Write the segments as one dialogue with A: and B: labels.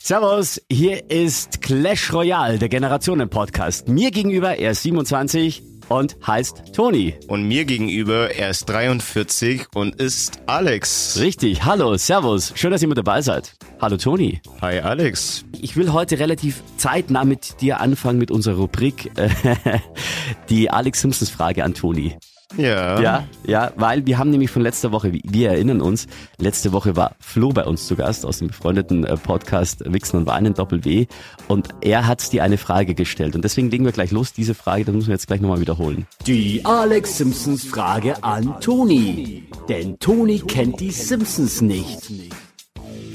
A: Servus, hier ist Clash Royale, der Generationen-Podcast. Mir gegenüber, er ist 27 und heißt Toni.
B: Und mir gegenüber, er ist 43 und ist Alex.
A: Richtig, hallo, servus, schön, dass ihr mit dabei seid. Hallo Toni.
B: Hi Alex.
A: Ich will heute relativ zeitnah mit dir anfangen mit unserer Rubrik, äh, die Alex Simpsons Frage an Toni.
B: Ja.
A: Ja, ja, weil wir haben nämlich von letzter Woche, wir erinnern uns, letzte Woche war Flo bei uns zu Gast aus dem befreundeten äh, Podcast Wichsen und Weinen Doppel W und er hat dir eine Frage gestellt und deswegen legen wir gleich los, diese Frage, das müssen wir jetzt gleich nochmal wiederholen.
C: Die Alex Simpsons Frage an Toni. Denn Toni kennt die Simpsons nicht.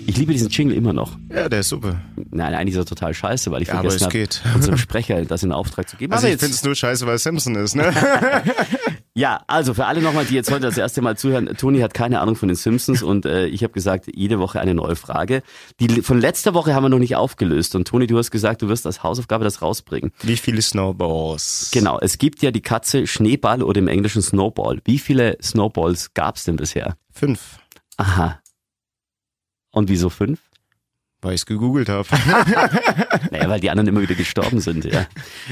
A: Ich liebe diesen Jingle immer noch.
B: Ja, der ist super.
A: Nein, eigentlich ist er total scheiße, weil ich
B: Ja, aber
A: vergessen
B: es
A: habe,
B: geht.
A: unserem Sprecher das in Auftrag zu geben.
B: Also
A: aber
B: ich
A: jetzt-
B: finde es nur scheiße, weil es Simpson ist, ne?
A: Ja, also für alle nochmal, die jetzt heute das erste Mal zuhören, Toni hat keine Ahnung von den Simpsons und äh, ich habe gesagt, jede Woche eine neue Frage. Die le- von letzter Woche haben wir noch nicht aufgelöst und Toni, du hast gesagt, du wirst als Hausaufgabe das rausbringen.
B: Wie viele Snowballs?
A: Genau, es gibt ja die Katze Schneeball oder im Englischen Snowball. Wie viele Snowballs gab's denn bisher?
B: Fünf,
A: Aha. Und wieso fünf?
B: weil ich es gegoogelt habe.
A: Naja, weil die anderen immer wieder gestorben sind, ja.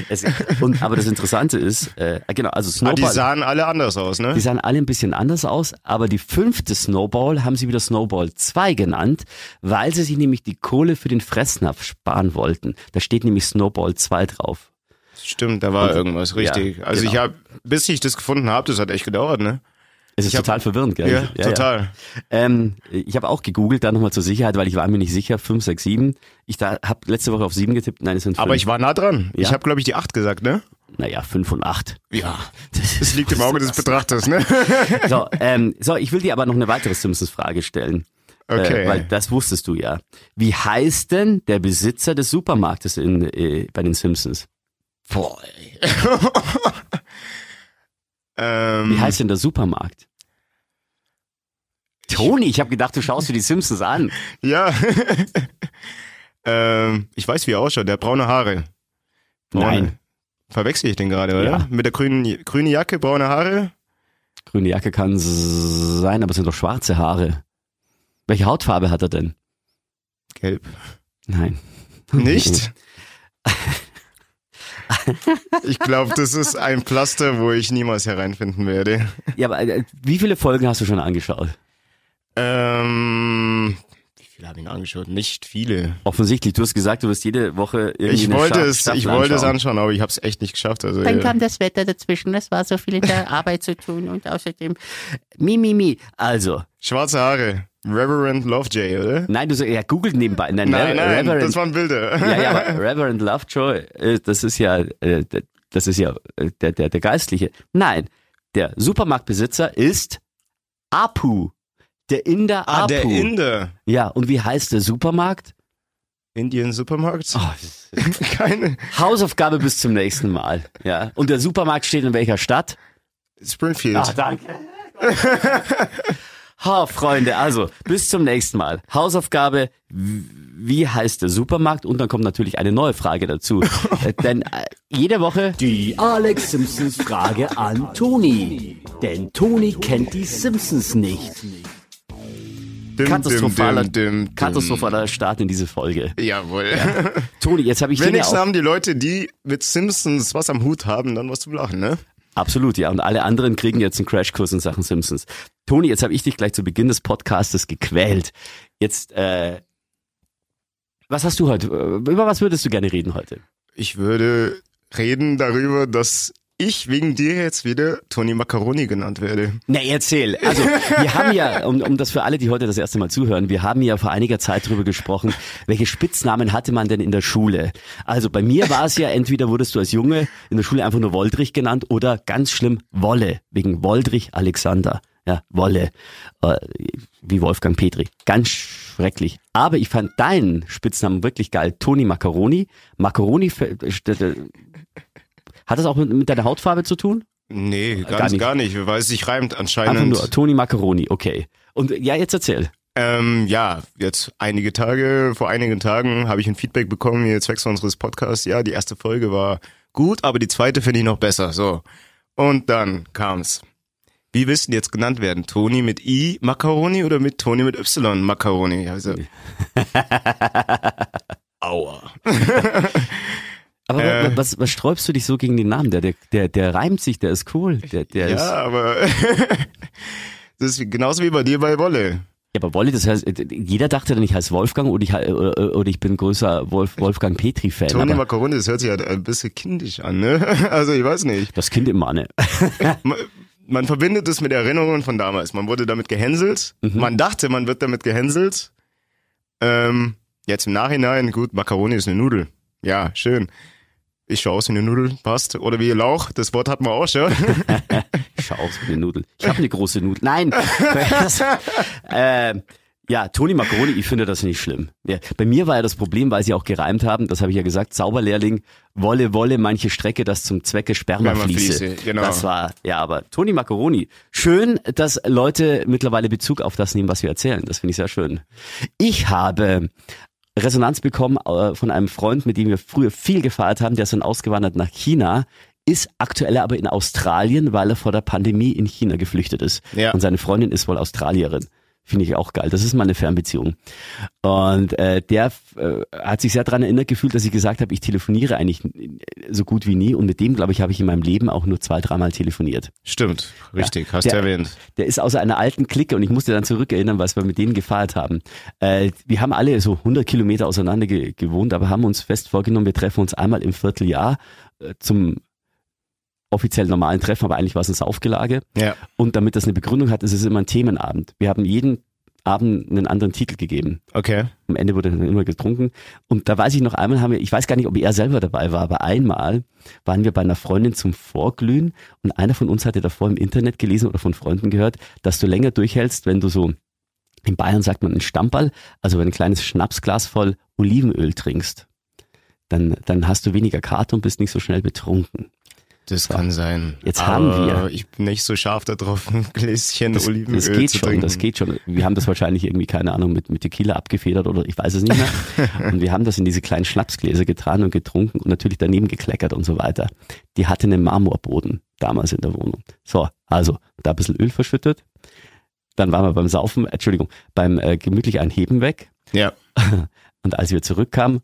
A: Es, und, aber das Interessante ist, äh, genau, also
B: ah, die
A: Snowball.
B: sahen alle anders aus,
A: Die
B: ne?
A: sahen alle ein bisschen anders aus, aber die fünfte Snowball haben sie wieder Snowball 2 genannt, weil sie sich nämlich die Kohle für den Fressnapf sparen wollten. Da steht nämlich Snowball 2 drauf.
B: Stimmt, da war irgendwas, richtig.
A: ja,
B: also ich
A: genau.
B: habe, bis ich das gefunden habe, das hat echt gedauert, ne?
A: Es ist
B: Ich hab-
A: total verwirrend, gell?
B: Ja, total.
A: Ähm, ich habe auch gegoogelt, dann nochmal zur Sicherheit, weil ich war mir nicht sicher, 5, 6, 7. Ich da, habe letzte Woche auf 7 getippt, nein, es sind 5.
B: Aber ich war nah dran. Ich
A: Ja.
B: habe, glaube ich, die acht gesagt, ne?
A: naja, 5 und 8.
B: Ja. Das liegt im Auge des Betrachters, ne?
A: So, ähm, so, ich will dir aber noch eine weitere Simpsons-Frage stellen.
B: Okay.
A: Äh, weil das wusstest du ja. Wie heißt denn der Besitzer des Supermarktes in, äh, bei den Simpsons?
B: Boah. ey. ähm,
A: Wie heißt denn der Supermarkt? Toni, ich habe gedacht, du schaust dir die Simpsons an.
B: Ja. ähm, ich weiß, wie er ausschaut. Der hat braune Haare.
A: Nein,
B: Verwechsel ich den gerade, oder?
A: Ja.
B: Mit der grünen grüne Jacke, braune Haare.
A: grüne Jacke kann s- sein, aber es sind doch schwarze Haare. Welche Hautfarbe hat er denn?
B: Gelb.
A: Nein.
B: Nicht? ich glaube, das ist ein Pflaster, wo ich niemals hereinfinden werde.
A: Ja, aber äh, wie viele Folgen hast du schon angeschaut?
B: Ähm, wie viele habe ich ihn angeschaut? Nicht viele.
A: Offensichtlich, du hast gesagt, du wirst jede Woche irgendwie
B: Ich
A: eine
B: wollte
A: Scha-
B: es,
A: Staffel
B: ich wollte es
A: anschauen.
B: anschauen, aber ich habe es echt nicht geschafft. Also,
D: Dann
B: ja.
D: kam das Wetter dazwischen. Es war so viel in der Arbeit zu tun und außerdem
A: Mi, mi, mi. Also,
B: Schwarze Haare. Reverend Lovejoy, oder?
A: nein, du sagst, ja, googelt nebenbei. Nein,
B: Nein,
A: Re-
B: nein,
A: Reverend,
B: das waren Bilder.
A: ja, ja, aber Reverend Lovejoy, äh, das ist ja, äh, d- das ist ja äh, der, der, der Geistliche. Nein, der Supermarktbesitzer ist Apu. Der Inder Apu.
B: Ah, der Inder.
A: ja, und wie heißt der Supermarkt?
B: Indian Supermarkt?
A: Oh, das ist-
B: Keine.
A: Hausaufgabe bis zum nächsten Mal. Ja. Und der Supermarkt steht in welcher Stadt?
B: Springfield.
A: Ah, danke. Ha, Freunde, also bis zum nächsten Mal. Hausaufgabe, w- wie heißt der Supermarkt? Und dann kommt natürlich eine neue Frage dazu. Äh, Denn äh, jede Woche
C: Die Alex Simpsons Frage an Toni. Denn Toni kennt die Simpsons nicht.
B: Dim,
A: katastrophaler,
B: dim, dim, dim.
A: katastrophaler Start in diese Folge.
B: Jawohl.
A: Toni, jetzt habe ich den ja
B: Wenigstens
A: auch.
B: haben die Leute, die mit Simpsons was am Hut haben, dann was zu lachen, ne?
A: Absolut, ja. Und alle anderen kriegen jetzt einen Crashkurs in Sachen Simpsons. Toni, jetzt habe ich dich gleich zu Beginn des Podcastes gequält. Jetzt, äh, was hast du heute? äh, Über was würdest du gerne reden heute?
B: Ich würde reden darüber, dass ich wegen dir jetzt wieder Tony Macaroni genannt werde.
A: Na, erzähl. Also, wir haben ja, um, um das für alle, die heute das erste Mal zuhören, wir haben ja vor einiger Zeit darüber gesprochen, welche Spitznamen hatte man denn in der Schule? Also, bei mir war es ja, entweder wurdest du als Junge in der Schule einfach nur Woldrich genannt oder ganz schlimm Wolle, wegen Woldrich Alexander. Ja, Wolle, äh, wie Wolfgang Petri. Ganz schrecklich. Aber ich fand deinen Spitznamen wirklich geil. Toni Macaroni. Macaroni, fe- äh, hat das auch mit, mit deiner Hautfarbe zu tun?
B: Nee,
A: Äh,
B: ganz
A: Gar nicht.
B: gar nicht, weil es sich reimt
A: Einfach
B: anscheinend.
A: nur Toni Macaroni, okay. Und äh, ja, jetzt erzähl.
B: Ähm, ja, jetzt einige Tage, vor einigen Tagen habe ich ein Feedback bekommen, jetzt wächst unseres Podcasts. Ja, die erste Folge war gut, aber die zweite finde ich noch besser. So. Und dann kam's. Wie willst du denn jetzt genannt werden? Toni mit I Macaroni oder mit Toni mit Y Macaroni? Also,
A: Aber wa- wa- was, was sträubst du dich so gegen den Namen? Der, der, der, der reimt sich, der ist cool. Der, der ist,
B: Ja,
A: ja,
B: aber das ist genauso wie bei dir bei Wolle.
A: aber Wolle, das heißt, jeder dachte dann, ich heiße Wolfgang oder ich, hei- oder, oder ich bin größer Wolf, Wolfgang Petri-Fan.
B: Tony
A: Aber
B: Macaroni, das hört sich halt ein bisschen kindisch an, ne? Also ich weiß nicht.
A: das Kind ne? im Manne.
B: Man, man verbindet es mit Erinnerungen von damals. Man wurde damit gehänselt. Man dachte, man wird damit gehänselt. Ähm, jetzt im Nachhinein, gut, Macaroni ist eine Nudel. Ja, schön. Ich schaue aus wie eine Nudel, passt. Oder wie Lauch, das Wort hatten wir auch schon.
A: Ich schau aus wie eine Nudel. Ich habe eine große Nudel. Nein. Das, ähm, ja, Toni Macaroni, ich finde das nicht schlimm. Ja, bei mir war ja das Problem, weil sie auch gereimt haben, das habe ich ja gesagt, Zauberlehrling, Wolle, Wolle, manche Strecke, das zum Zwecke Spermafließe.
B: Spermafließe, genau.
A: Das war, ja, aber Toni Macaroni, schön, dass Leute mittlerweile Bezug auf das nehmen, was wir erzählen. Das finde ich sehr schön. Ich habe Resonanz bekommen äh, von einem Freund, mit dem wir früher viel gefeiert haben, der ist dann ausgewandert nach China, ist aktuell aber in Australien, weil er vor der Pandemie in China geflüchtet ist.
B: Ja.
A: Und seine Freundin ist wohl Australierin. Finde ich auch geil. Das ist mal eine Fernbeziehung. Und äh, der äh, hat sich sehr daran erinnert gefühlt, dass ich gesagt habe, ich telefoniere eigentlich n- so gut wie nie. Und mit dem, glaube ich, habe ich in meinem Leben auch nur zwei, dreimal telefoniert.
B: Stimmt, richtig, hast
A: Der-
B: du erwähnt.
A: Der ist aus einer alten Clique und ich musste dann zurückerinnern, was wir mit denen gefeiert haben. Äh, wir haben alle so 100 Kilometer auseinander ge gewohnt, aber haben uns fest vorgenommen, wir treffen uns einmal im Vierteljahr äh, zum offiziell normalen Treffen, aber eigentlich war es ein Saufgelage.
B: Ja.
A: Und damit das eine Begründung hat, ist es immer ein Themenabend. Wir haben jeden Abend einen anderen Titel gegeben.
B: Okay.
A: Am Ende wurde dann immer getrunken. Und da weiß ich noch einmal, haben wir, ich weiß gar nicht, ob er selber dabei war, aber einmal waren wir bei einer Freundin zum Vorglühen und einer von uns hatte davor im Internet gelesen oder von Freunden gehört, dass du länger durchhältst, wenn du so, in Bayern sagt man einen Stammball, also wenn ein kleines Schnapsglas voll Olivenöl trinkst, dann, dann hast du weniger Karte und bist nicht so schnell betrunken.
B: Das kann sein.
A: Jetzt
B: Aber
A: haben wir-
B: Ich bin nicht so scharf darauf, ein Gläschen
A: Das,
B: Olivenöl
A: das geht
B: zu
A: schon,
B: trinken.
A: das geht schon. Wir haben das wahrscheinlich irgendwie, keine Ahnung, mit, mit Tequila abgefedert oder ich weiß es nicht mehr. Und wir haben das in diese kleinen Schnapsgläser getan und getrunken und natürlich daneben gekleckert und so weiter. Die hatte einen Marmorboden damals in der Wohnung. So, also da ein bisschen Öl verschüttet. Dann waren wir beim Saufen, Entschuldigung, beim äh, gemütlich einheben weg.
B: Ja.
A: Und als wir zurückkamen,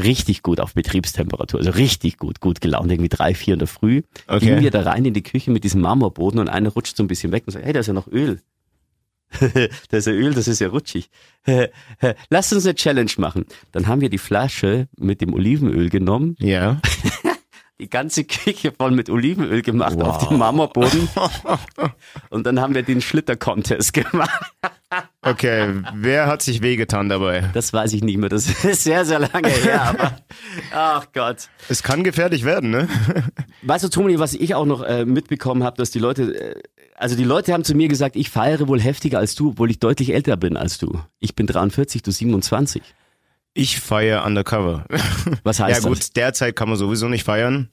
A: richtig gut auf Betriebstemperatur, also richtig gut, gut gelaunt, irgendwie drei, vier in der Früh,
B: Okay.
A: gingen wir da rein in die Küche mit diesem Marmorboden und einer rutscht so ein bisschen weg und sagt, hey, da ist ja noch Öl. da ist ja Öl, das ist ja rutschig. Lass uns eine Challenge machen. Dann haben wir die Flasche mit dem Olivenöl genommen,
B: Ja.
A: die ganze Küche voll mit Olivenöl gemacht auf dem Marmorboden und dann haben wir den Schlitter-Contest gemacht.
B: Okay, wer hat sich wehgetan dabei?
A: Das weiß ich nicht mehr, das ist sehr, sehr lange her, aber ach Gott.
B: Es kann gefährlich werden, ne?
A: Weißt du, Toni, was ich auch noch äh, mitbekommen habe, dass die Leute, äh, also die Leute haben zu mir gesagt, ich feiere wohl heftiger als du, obwohl ich deutlich älter bin als du. Ich bin 43, du 27.
B: Ich feiere Undercover.
A: Was
B: Ja
A: heißt das?
B: gut, derzeit kann man sowieso nicht feiern.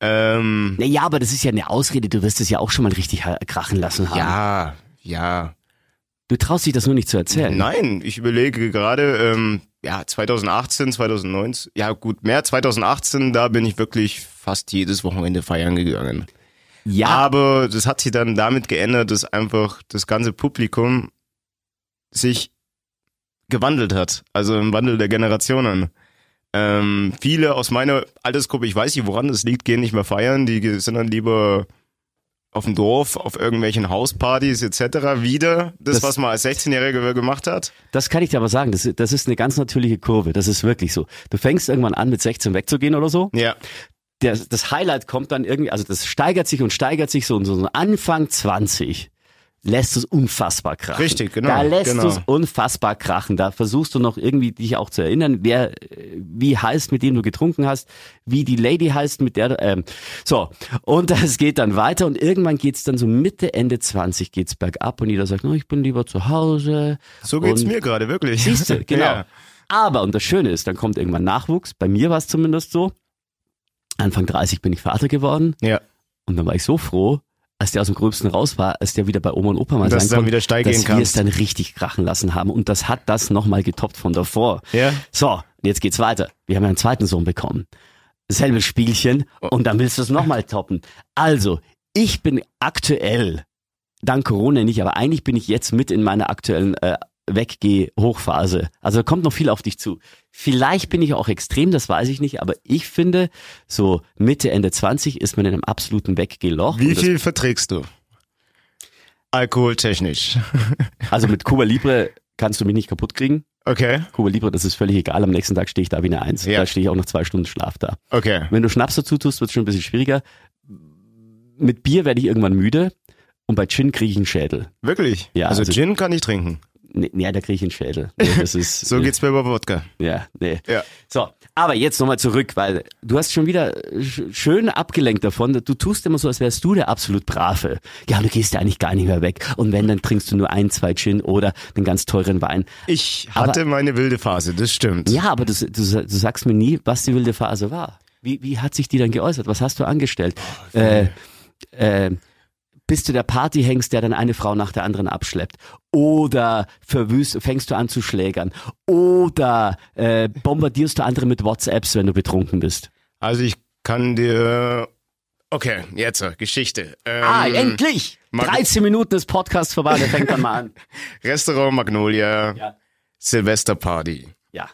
B: Ähm,
A: Naja, aber das ist ja eine Ausrede, du wirst es ja auch schon mal richtig ha- krachen lassen haben.
B: ja, ja.
A: Du traust dich das nur nicht zu erzählen.
B: Nein, ich überlege gerade, ähm, ja, 2018, 2019, ja gut, mehr 2018, da bin ich wirklich fast jedes Wochenende feiern gegangen.
A: Ja,
B: Aber das hat sich dann damit geändert, dass einfach das ganze Publikum sich gewandelt hat. Also im Wandel der Generationen. Ähm, viele aus meiner Altersgruppe, ich weiß nicht, woran das liegt, gehen nicht mehr feiern. Die ge- sind dann lieber auf dem Dorf, auf irgendwelchen Hauspartys etc. wieder. Das,
A: Das-
B: was man als 16-Jähriger gemacht hat.
A: das kann ich dir aber sagen, das, das ist eine ganz natürliche Kurve, das ist wirklich so. Du fängst irgendwann an, mit 16 wegzugehen oder so.
B: Ja,
A: der, das Highlight kommt dann irgendwie, also das steigert sich und steigert sich so und so. so Anfang 20 lässt es unfassbar krachen.
B: Richtig, genau,
A: Da lässt
B: genau.
A: du es unfassbar krachen. Da versuchst du noch irgendwie dich auch zu erinnern, wer, äh, wie heißt, mit dem du getrunken hast, wie die Lady heißt, mit der, du- ähm, so. Und das geht dann weiter und irgendwann geht's dann so Mitte, Ende 20 geht's bergab und jeder sagt, no, ich bin lieber zu Hause.
B: so geht's
A: und
B: mir gerade, wirklich.
A: Siehst du, genau.
B: Ja.
A: Aber, und das Schöne ist, dann kommt irgendwann Nachwuchs. Bei mir war es zumindest so. Anfang 30 bin ich Vater geworden
B: ja.
A: und dann war ich so froh, als der aus dem Gröbsten raus war, als der wieder bei Oma und Opa mal
B: Dass
A: sein
B: du dann
A: konnte,
B: wieder steil gehen
A: dass wir es
B: kannst.
A: dann richtig krachen lassen haben. Und das hat das nochmal getoppt von davor.
B: Ja.
A: So, jetzt geht's weiter. Wir haben einen zweiten Sohn bekommen. Selbes Spielchen
B: Oh.
A: und dann willst du es nochmal toppen. Also, ich bin aktuell, dank Corona nicht, aber eigentlich bin ich jetzt mit in meiner aktuellen äh, Weggeh-Hochphase. Also da kommt noch viel auf dich zu. Vielleicht bin ich auch extrem, das weiß ich nicht, aber ich finde, so Mitte, Ende 20 ist man in einem absoluten Weggeh-Loch.
B: Wie
A: Und das-
B: viel verträgst du? Alkoholtechnisch.
A: Also mit Cuba Libre kannst du mich nicht kaputt kriegen.
B: Okay,
A: Cuba Libre, das ist völlig egal. Am nächsten Tag stehe ich da wie eine Eins.
B: Ja.
A: Da stehe ich auch nach zwei Stunden Schlaf da.
B: okay.
A: Wenn du Schnaps dazu tust, wird es schon ein bisschen schwieriger. Mit Bier werde ich irgendwann müde und bei Gin kriege ich einen Schädel.
B: Wirklich?
A: Ja,
B: also,
A: also-
B: Gin kann ich trinken.
A: Nee, nee da kriege ich einen Schädel. Nee, das ist,
B: So geht's mir über Wodka.
A: Ja, nee.
B: Ja.
A: So, aber jetzt nochmal zurück, weil du hast schon wieder äh, sch- schön abgelenkt davon. Du tust immer so, als wärst du der absolut Brave. Ja, du gehst ja eigentlich gar nicht mehr weg. Und wenn, dann trinkst du nur ein, zwei Gin oder einen ganz teuren Wein.
B: Ich hatte meine wilde Phase, das stimmt.
A: Ja, aber du, du, du sagst mir nie, was die wilde Phase war. Wie, wie hat sich die dann geäußert? Was hast du angestellt? äh, äh, bist du der Partyhengst, der dann eine Frau nach der anderen abschleppt? Oder verwüst, fängst du an zu schlägern? Oder äh, bombardierst du andere mit WhatsApps, wenn du betrunken bist?
B: Also ich kann dir. Okay, jetzt äh, Geschichte. Ähm,
A: Ah, endlich!
B: Mag-
A: 13 Minuten ist Podcast vorbei, der fängt dann mal an.
B: Restaurant Magnolia,
A: Ja.
B: Silvesterparty.
A: Ja.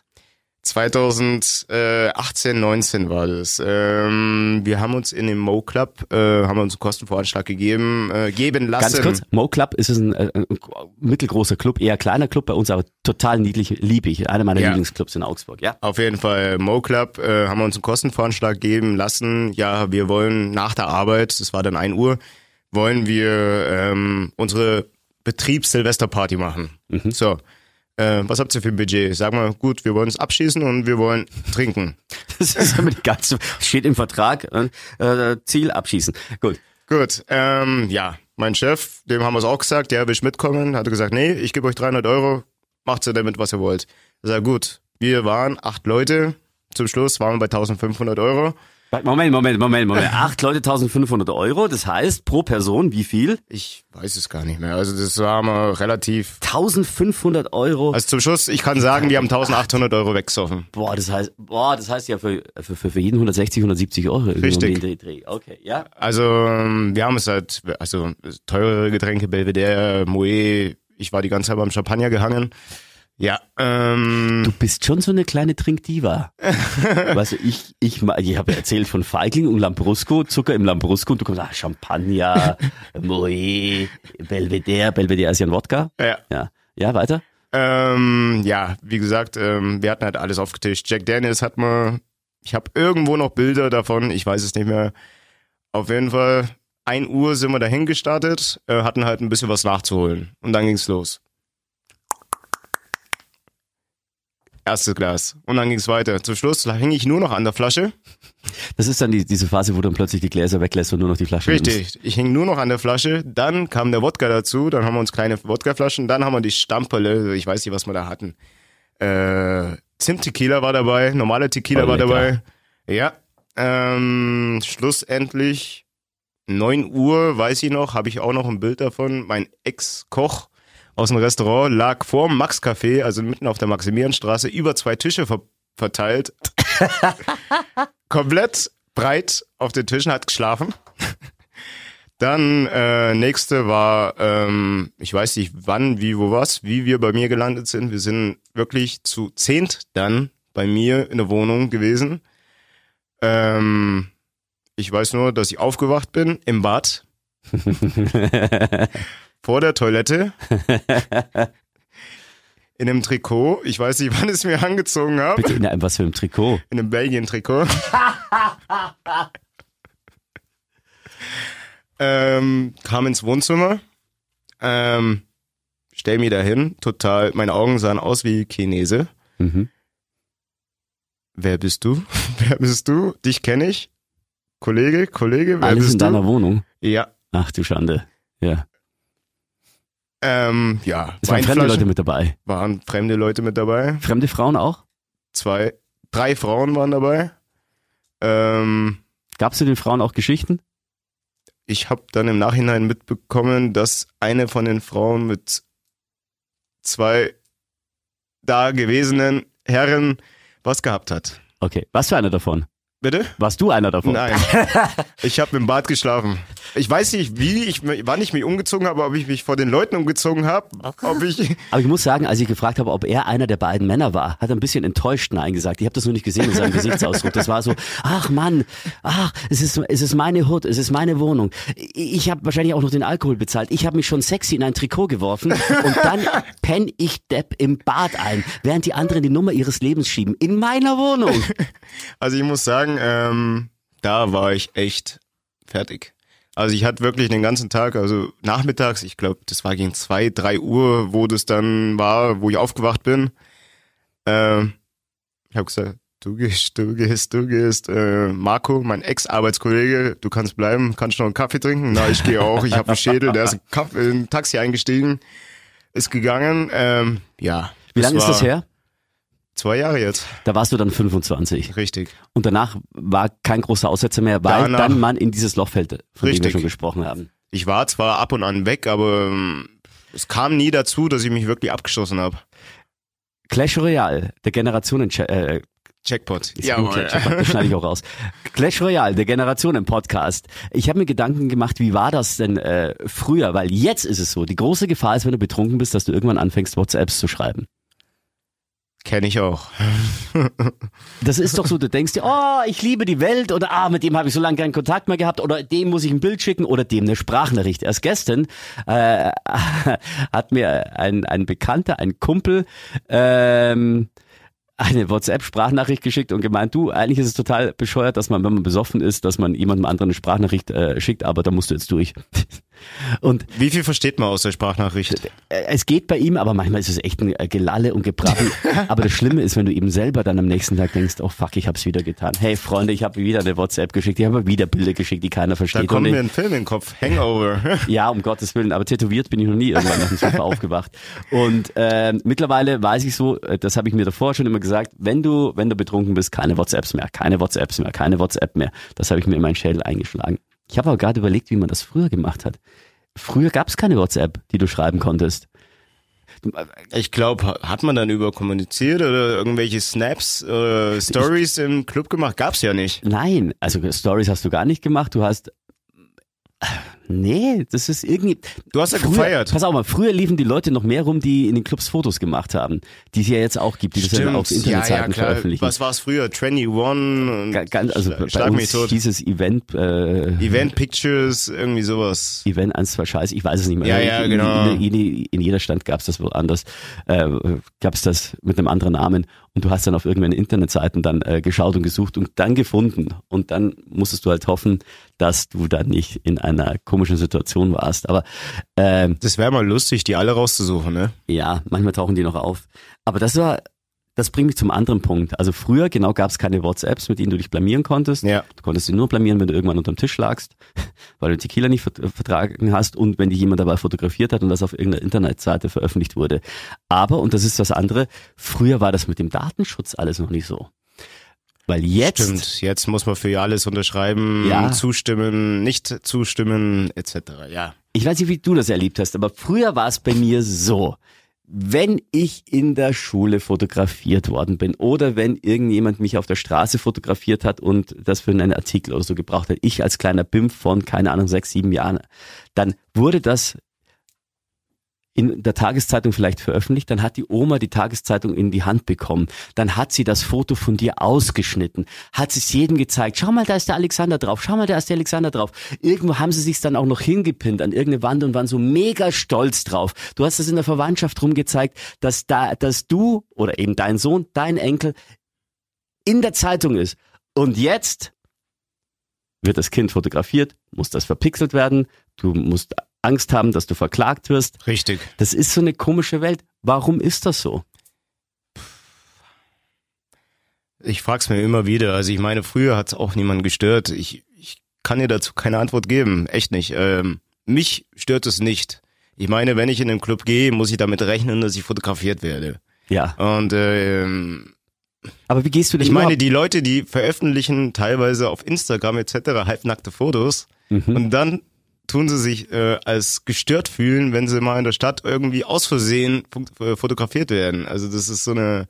B: 2018, 19 war das. Ähm, wir haben uns in dem Mo Club, äh, haben wir uns einen Kostenvoranschlag gegeben, äh, geben lassen.
A: Ganz kurz, Mo Club ist ein, äh, ein mittelgroßer Club, eher kleiner Club bei uns, aber total niedlich, lieb ich. Einer meiner
B: Ja.
A: Lieblingsclubs in Augsburg, ja.
B: Auf jeden Fall, Mo Club, äh, haben wir uns einen Kostenvoranschlag geben lassen. Ja, wir wollen nach der Arbeit, das war dann 1 Uhr, wollen wir ähm, unsere Betriebs-Silvesterparty machen. So, äh, was habt ihr für ein Budget? Sag mal, gut, wir wollen es abschießen und wir wollen trinken.
A: Das ist aber die ganze, steht im Vertrag, äh, Ziel abschießen. Gut.
B: Gut, ähm, ja, mein Chef, dem haben wir es auch gesagt, der will ich mitkommen, hat er gesagt, nee, ich gebe euch 300 Euro, macht ihr damit, was ihr wollt. Ich sag, gut, wir waren acht Leute, zum Schluss waren wir bei 1500 Euro.
A: Moment, Moment, Moment, Moment. Acht Leute 1500 Euro, das heißt pro Person wie viel?
B: Ich weiß es gar nicht mehr, also das war mal relativ...
A: 1500 Euro.
B: Also zum Schluss, ich kann sagen, wir haben 1800 Euro weggesoffen.
A: boah, das heißt, boah, das heißt ja für, für, für für jeden 160, 170 Euro. irgendwie um den
B: Richtig.
A: Dreh, Dreh. Okay, ja.
B: Also ähm, wir haben es halt, also teurere Getränke, Belvedere, Moe, ich war die ganze Zeit beim Champagner gehangen. Ja, ähm...
A: Du bist schon so eine kleine Trinkdiva. weißt du, ich, ich, ma- ich habe erzählt von Feigling und Lambrusco, Zucker im Lambrusco und du kommst, ah, Champagner, Moe, Belvedere, Belvedere ist ja ein Wodka.
B: Ja.
A: Ja, ja weiter.
B: Ähm, ja, wie gesagt, ähm, wir hatten halt alles aufgetischt. Jack Daniels hat man, ich habe irgendwo noch Bilder davon, ich weiß es nicht mehr. Auf jeden Fall, 1 Uhr sind wir dahin gestartet, äh, hatten halt ein bisschen was nachzuholen. Und dann ging's los. Erstes Glas. Und dann ging's weiter. Zum Schluss hing ich nur noch an der Flasche.
A: Das ist dann die, diese Phase, wo du dann plötzlich die Gläser weglässt und nur noch die Flasche nimmst.
B: Richtig, ich hing nur noch an der Flasche. Dann kam der Wodka dazu, dann haben wir uns kleine Wodkaflaschen, dann haben wir die Stamperle, ich weiß nicht, was wir da hatten. Äh, Zimt-Tequila war dabei, normale Tequila
A: Oh,
B: war
A: lecker.
B: dabei. Ja, ähm, schlussendlich 9 Uhr, weiß ich noch, habe ich auch noch ein Bild davon. Mein Ex-Koch aus dem Restaurant lag vorm Max-Café, also mitten auf der Maximilianstraße, über zwei Tische ver verteilt. Komplett breit auf den Tischen, hat geschlafen. Dann äh, nächste war, ähm, ich weiß nicht wann, wie, wo, was, wie wir bei mir gelandet sind. Wir sind wirklich zu zehnt dann bei mir in der Wohnung gewesen. Ähm, ich weiß nur, dass ich aufgewacht bin im Bad vor der Toilette in einem Trikot. Ich weiß nicht, wann ich es mir angezogen habe.
A: Bitte in einem was für einem Trikot.
B: In einem Belgien-Trikot. ähm, kam ins Wohnzimmer. Ähm, stell mich dahin. Total. Meine Augen sahen aus wie Chinese.
A: Mhm.
B: Wer bist du? Wer bist du? Dich kenne ich. Kollege, Kollege, wer
A: Alles in
B: bist du?
A: deiner Wohnung.
B: ja.
A: Ach du Schande. Ja.
B: Ähm, ja.
A: Es waren fremde
B: Weinflaschen-
A: Leute mit dabei.
B: waren fremde Leute mit dabei.
A: Fremde Frauen auch?
B: Zwei, drei Frauen waren dabei. Ähm,
A: Gab's zu den Frauen auch Geschichten?
B: ich habe dann im Nachhinein mitbekommen, dass eine von den Frauen mit zwei da gewesenen Herren was gehabt hat.
A: Okay. Was für einer davon?
B: Bitte?
A: Warst du einer davon?
B: Nein. Ich habe im Bad geschlafen. Ich weiß nicht, wie ich, wann ich mich umgezogen habe, ob ich mich vor den Leuten umgezogen habe, ob ich.
A: Aber ich muss sagen, als ich gefragt habe, ob er einer der beiden Männer war, hat er ein bisschen enttäuscht Nein gesagt. Ich habe das nur nicht gesehen in seinem Gesichtsausdruck. Das war so, ach Mann, ach, es ist, es ist meine Hut, es ist meine Wohnung. Ich habe wahrscheinlich auch noch den Alkohol bezahlt. Ich habe mich schon sexy in ein Trikot geworfen und dann penn ich Depp im Bad ein, während die anderen die Nummer ihres Lebens schieben. In meiner Wohnung.
B: Also ich muss sagen, ähm, da war ich echt fertig. Also ich hatte wirklich den ganzen Tag, also nachmittags, ich glaube, das war gegen zwei, drei Uhr, wo das dann war, wo ich aufgewacht bin. Ähm, ich habe gesagt, du gehst, du gehst, du gehst. Äh, Marco, mein Ex-Arbeitskollege, du kannst bleiben, kannst noch einen Kaffee trinken. Na, ich gehe auch, ich habe einen Schädel, der ist in Kaff- in ein Taxi eingestiegen, ist gegangen. Ähm, ja.
A: Wie lange ist das
B: war
A: her?
B: Zwei Jahre jetzt,
A: Da warst du dann 25.
B: richtig.
A: Und danach war kein großer Aussetzer mehr, weil
B: Danach-
A: dann man in dieses Loch fällt, von dem wir
B: Richtig.
A: schon gesprochen haben.
B: Ich war zwar ab und an weg, aber ähm, es kam nie dazu, dass ich mich wirklich abgeschossen habe.
A: Clash Royale, der Generationen äh,
B: Jackpot.
A: ist gut, Clash, Royale, das schneide ich auch raus. Clash Royale, der Generationen Podcast. Ich habe mir Gedanken gemacht, wie war das denn äh, früher, weil jetzt ist es so, die große Gefahr ist, wenn du betrunken bist, dass du irgendwann anfängst WhatsApps zu schreiben.
B: Kenne ich auch.
A: Das ist doch so, du denkst dir, oh, ich liebe die Welt oder ah, mit dem habe ich so lange keinen Kontakt mehr gehabt oder dem muss ich ein Bild schicken oder dem eine Sprachnachricht. Erst gestern äh, hat mir ein, ein Bekannter, ein Kumpel, ähm, eine WhatsApp-Sprachnachricht geschickt und gemeint, du, eigentlich ist es total bescheuert, dass man, wenn man besoffen ist, dass man jemandem anderen eine Sprachnachricht äh, schickt, aber da musst du jetzt durch. Und
B: Wie viel versteht man aus der Sprachnachricht?
A: äh, es geht bei ihm, aber manchmal ist es echt ein äh, Gelalle und Gebrabbel. aber das Schlimme ist, wenn du eben selber dann am nächsten Tag denkst, oh fuck, ich hab's wieder getan. Hey Freunde, ich habe wieder eine WhatsApp geschickt, ich habe wieder Bilder geschickt, die keiner
B: Da
A: versteht.
B: kommt
A: Und
B: mir ein Film in den Kopf. Hangover.
A: ja, um Gottes Willen, aber tätowiert bin ich noch nie irgendwann nach dem Sofa aufgewacht. Und ähm, mittlerweile weiß ich so, äh, das habe ich mir davor schon immer gesagt, wenn du, wenn du betrunken bist, keine WhatsApps mehr, keine WhatsApps mehr, keine WhatsApp mehr. Das habe ich mir in meinen Schädel eingeschlagen. Ich habe aber gerade überlegt, wie man das früher gemacht hat. Früher gab es keine WhatsApp, die du schreiben konntest.
B: Ich glaube, hat man dann überkommuniziert oder irgendwelche Snaps, äh, Stories im Club gemacht? Gab's ja nicht.
A: Nein, also Stories hast du gar nicht gemacht. Du hast. Nee, das ist irgendwie.
B: Du hast ja
A: früher,
B: gefeiert.
A: Pass auf mal, früher liefen die Leute noch mehr rum, die in den Clubs Fotos gemacht haben, die es ja jetzt auch gibt, die das dann auf Internetseiten veröffentlichen.
B: Was war's früher? 21 und
A: Ga- ganz, also bei
B: Schlag mich
A: uns
B: tot.
A: hieß es Event, äh,
B: Event Pictures, irgendwie sowas.
A: Event 1, 2 Scheiße, ich weiß es nicht mehr.
B: Ja, ja,
A: in,
B: genau.
A: In, in, in jeder Stadt gab es das woanders, äh, gab es das mit einem anderen Namen und du hast dann auf irgendwelchen Internetseiten dann äh, geschaut und gesucht und dann gefunden und dann musstest du halt hoffen, dass du dann nicht in einer komischen Situation warst. Aber ähm,
B: Das wäre mal lustig, die alle rauszusuchen, ne?
A: ja, manchmal tauchen die noch auf. Aber das war, das bringt mich zum anderen Punkt. Also früher, genau, gab es keine WhatsApps, mit denen du dich blamieren konntest.
B: Ja.
A: Du konntest sie nur blamieren, wenn du irgendwann unterm Tisch lagst, weil du Tequila nicht vert- äh, vertragen hast und wenn dich jemand dabei fotografiert hat und das auf irgendeiner Internetseite veröffentlicht wurde. Aber, und das ist das andere, früher war das mit dem Datenschutz alles noch nicht so. Weil jetzt,
B: Stimmt, jetzt muss man für alles unterschreiben,
A: Ja.
B: zustimmen, nicht zustimmen, etc. Ja.
A: ich weiß nicht, wie du das erlebt hast, aber früher war es bei mir so. Wenn ich in der Schule fotografiert worden bin oder wenn irgendjemand mich auf der Straße fotografiert hat und das für einen Artikel oder so gebraucht hat, ich als kleiner Bimp von, keine Ahnung, sechs, sieben Jahren, dann wurde das in der Tageszeitung vielleicht veröffentlicht, dann hat die Oma die Tageszeitung in die Hand bekommen, dann hat sie das Foto von dir ausgeschnitten, hat es jedem gezeigt, schau mal, da ist der Alexander drauf, schau mal, da ist der Alexander drauf. Irgendwo haben sie sich dann auch noch hingepinnt an irgendeine Wand und waren so mega stolz drauf. Du hast das in der Verwandtschaft rumgezeigt, dass da, dass du oder eben dein Sohn, dein Enkel in der Zeitung ist. Und jetzt wird das Kind fotografiert, muss das verpixelt werden, du musst Angst haben, dass du verklagt wirst.
B: Richtig.
A: Das ist so eine komische Welt. Warum ist das so?
B: Ich frag's mir immer wieder. Also ich meine, früher hat's auch niemand gestört. Ich, ich kann dir dazu keine Antwort geben. Echt nicht. Ähm, mich stört es nicht. Ich meine, wenn ich in den Club gehe, muss ich damit rechnen, dass ich fotografiert werde.
A: Ja.
B: Und ähm,
A: Aber wie gehst du denn
B: Ich meine,
A: überhaupt-
B: die Leute, die veröffentlichen teilweise auf Instagram etc. halbnackte Fotos und dann tun sie sich äh, als gestört fühlen, wenn sie mal in der Stadt irgendwie aus Versehen fun- äh, fotografiert werden. Also das ist so eine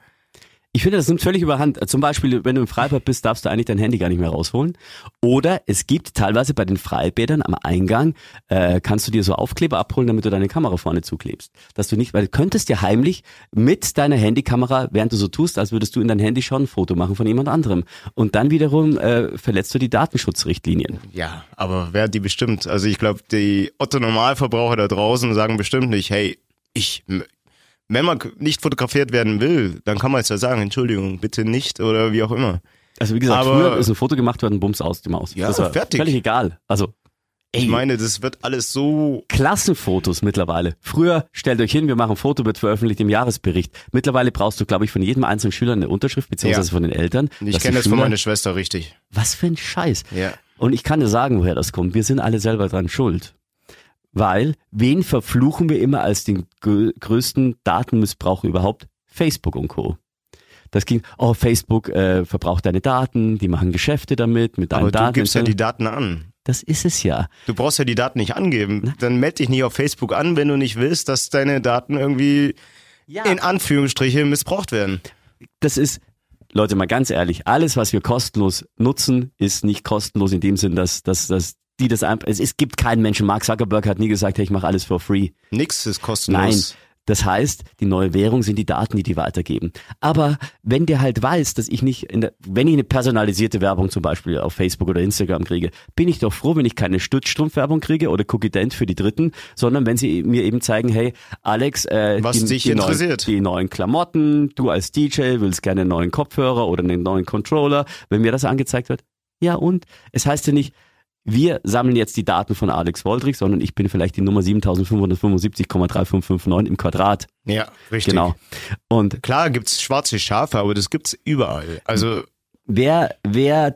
A: Ich finde, das nimmt völlig überhand. Zum Beispiel, wenn du im Freibad bist, darfst du eigentlich dein Handy gar nicht mehr rausholen. Oder es gibt teilweise bei den Freibädern am Eingang, äh, kannst du dir so Aufkleber abholen, damit du deine Kamera vorne zuklebst. Dass du nicht, weil du könntest ja heimlich mit deiner Handykamera, während du so tust, als würdest du in dein Handy schon ein Foto machen von jemand anderem. Und dann wiederum äh, verletzt du die Datenschutzrichtlinien.
B: Ja, aber wer hat die bestimmt? Also ich glaube, die Otto-Normalverbraucher da draußen sagen bestimmt nicht, hey, ich, wenn man nicht fotografiert werden will, dann kann man es ja sagen, Entschuldigung, bitte nicht oder wie auch immer.
A: Also wie gesagt,
B: Aber-
A: früher ist ein Foto gemacht worden, Bums aus die Maus.
B: Ja,
A: das war
B: fertig.
A: Völlig egal. Also
B: Ich meine, das wird alles so,
A: Klassenfotos mittlerweile. Früher, stellt euch hin, wir machen ein Foto, wird veröffentlicht im Jahresbericht. Mittlerweile brauchst du, glaube ich, von jedem einzelnen Schüler eine Unterschrift, beziehungsweise
B: Ja.
A: von den Eltern.
B: ich
A: dass die
B: kenne das von
A: Schüler-
B: meiner Schwester richtig.
A: Was für ein Scheiß.
B: Ja.
A: Und ich kann dir sagen, woher das kommt. Wir sind alle selber dran schuld. Weil, wen verfluchen wir immer als den gö- größten Datenmissbrauch überhaupt? Facebook und Co. Das ging, oh, Facebook äh, verbraucht deine Daten, die machen Geschäfte damit, mit deinen
B: Aber
A: Daten.
B: du gibst ja
A: etc.
B: die Daten an.
A: das ist es ja.
B: Du brauchst ja die Daten nicht angeben. Dann melde dich nicht auf Facebook an, wenn du nicht willst, dass deine Daten irgendwie in Anführungsstriche missbraucht werden.
A: das ist, Leute, mal ganz ehrlich, alles, was wir kostenlos nutzen, ist nicht kostenlos in dem Sinn, dass, dass, dass die das einfach, es, es gibt keinen Menschen. Mark Zuckerberg hat nie gesagt, hey, ich mache alles for free.
B: Nix ist
A: Nein.
B: kostenlos.
A: Das heißt, die neue Währung sind die Daten, die die weitergeben. Aber wenn der halt weiß, dass ich nicht, in der, wenn ich eine personalisierte Werbung zum Beispiel auf Facebook oder Instagram kriege, bin ich doch froh, wenn ich keine Stützstrumpfwerbung kriege oder Cookie-Dent für die Dritten, sondern wenn sie e-, mir eben zeigen, hey, Alex, äh,
B: Was
A: die,
B: dich
A: die
B: interessiert.
A: Neuen, die neuen Klamotten, du als DJ willst gerne einen neuen Kopfhörer oder einen neuen Controller, wenn mir das angezeigt wird. Ja und? Es heißt ja nicht, wir sammeln jetzt die Daten von Alex Woldrich, sondern ich bin vielleicht die Nummer 7575,3559 im Quadrat.
B: Ja, richtig.
A: Genau. Und
B: Klar gibt's schwarze Schafe, aber das gibt's überall. Also
A: wer, wer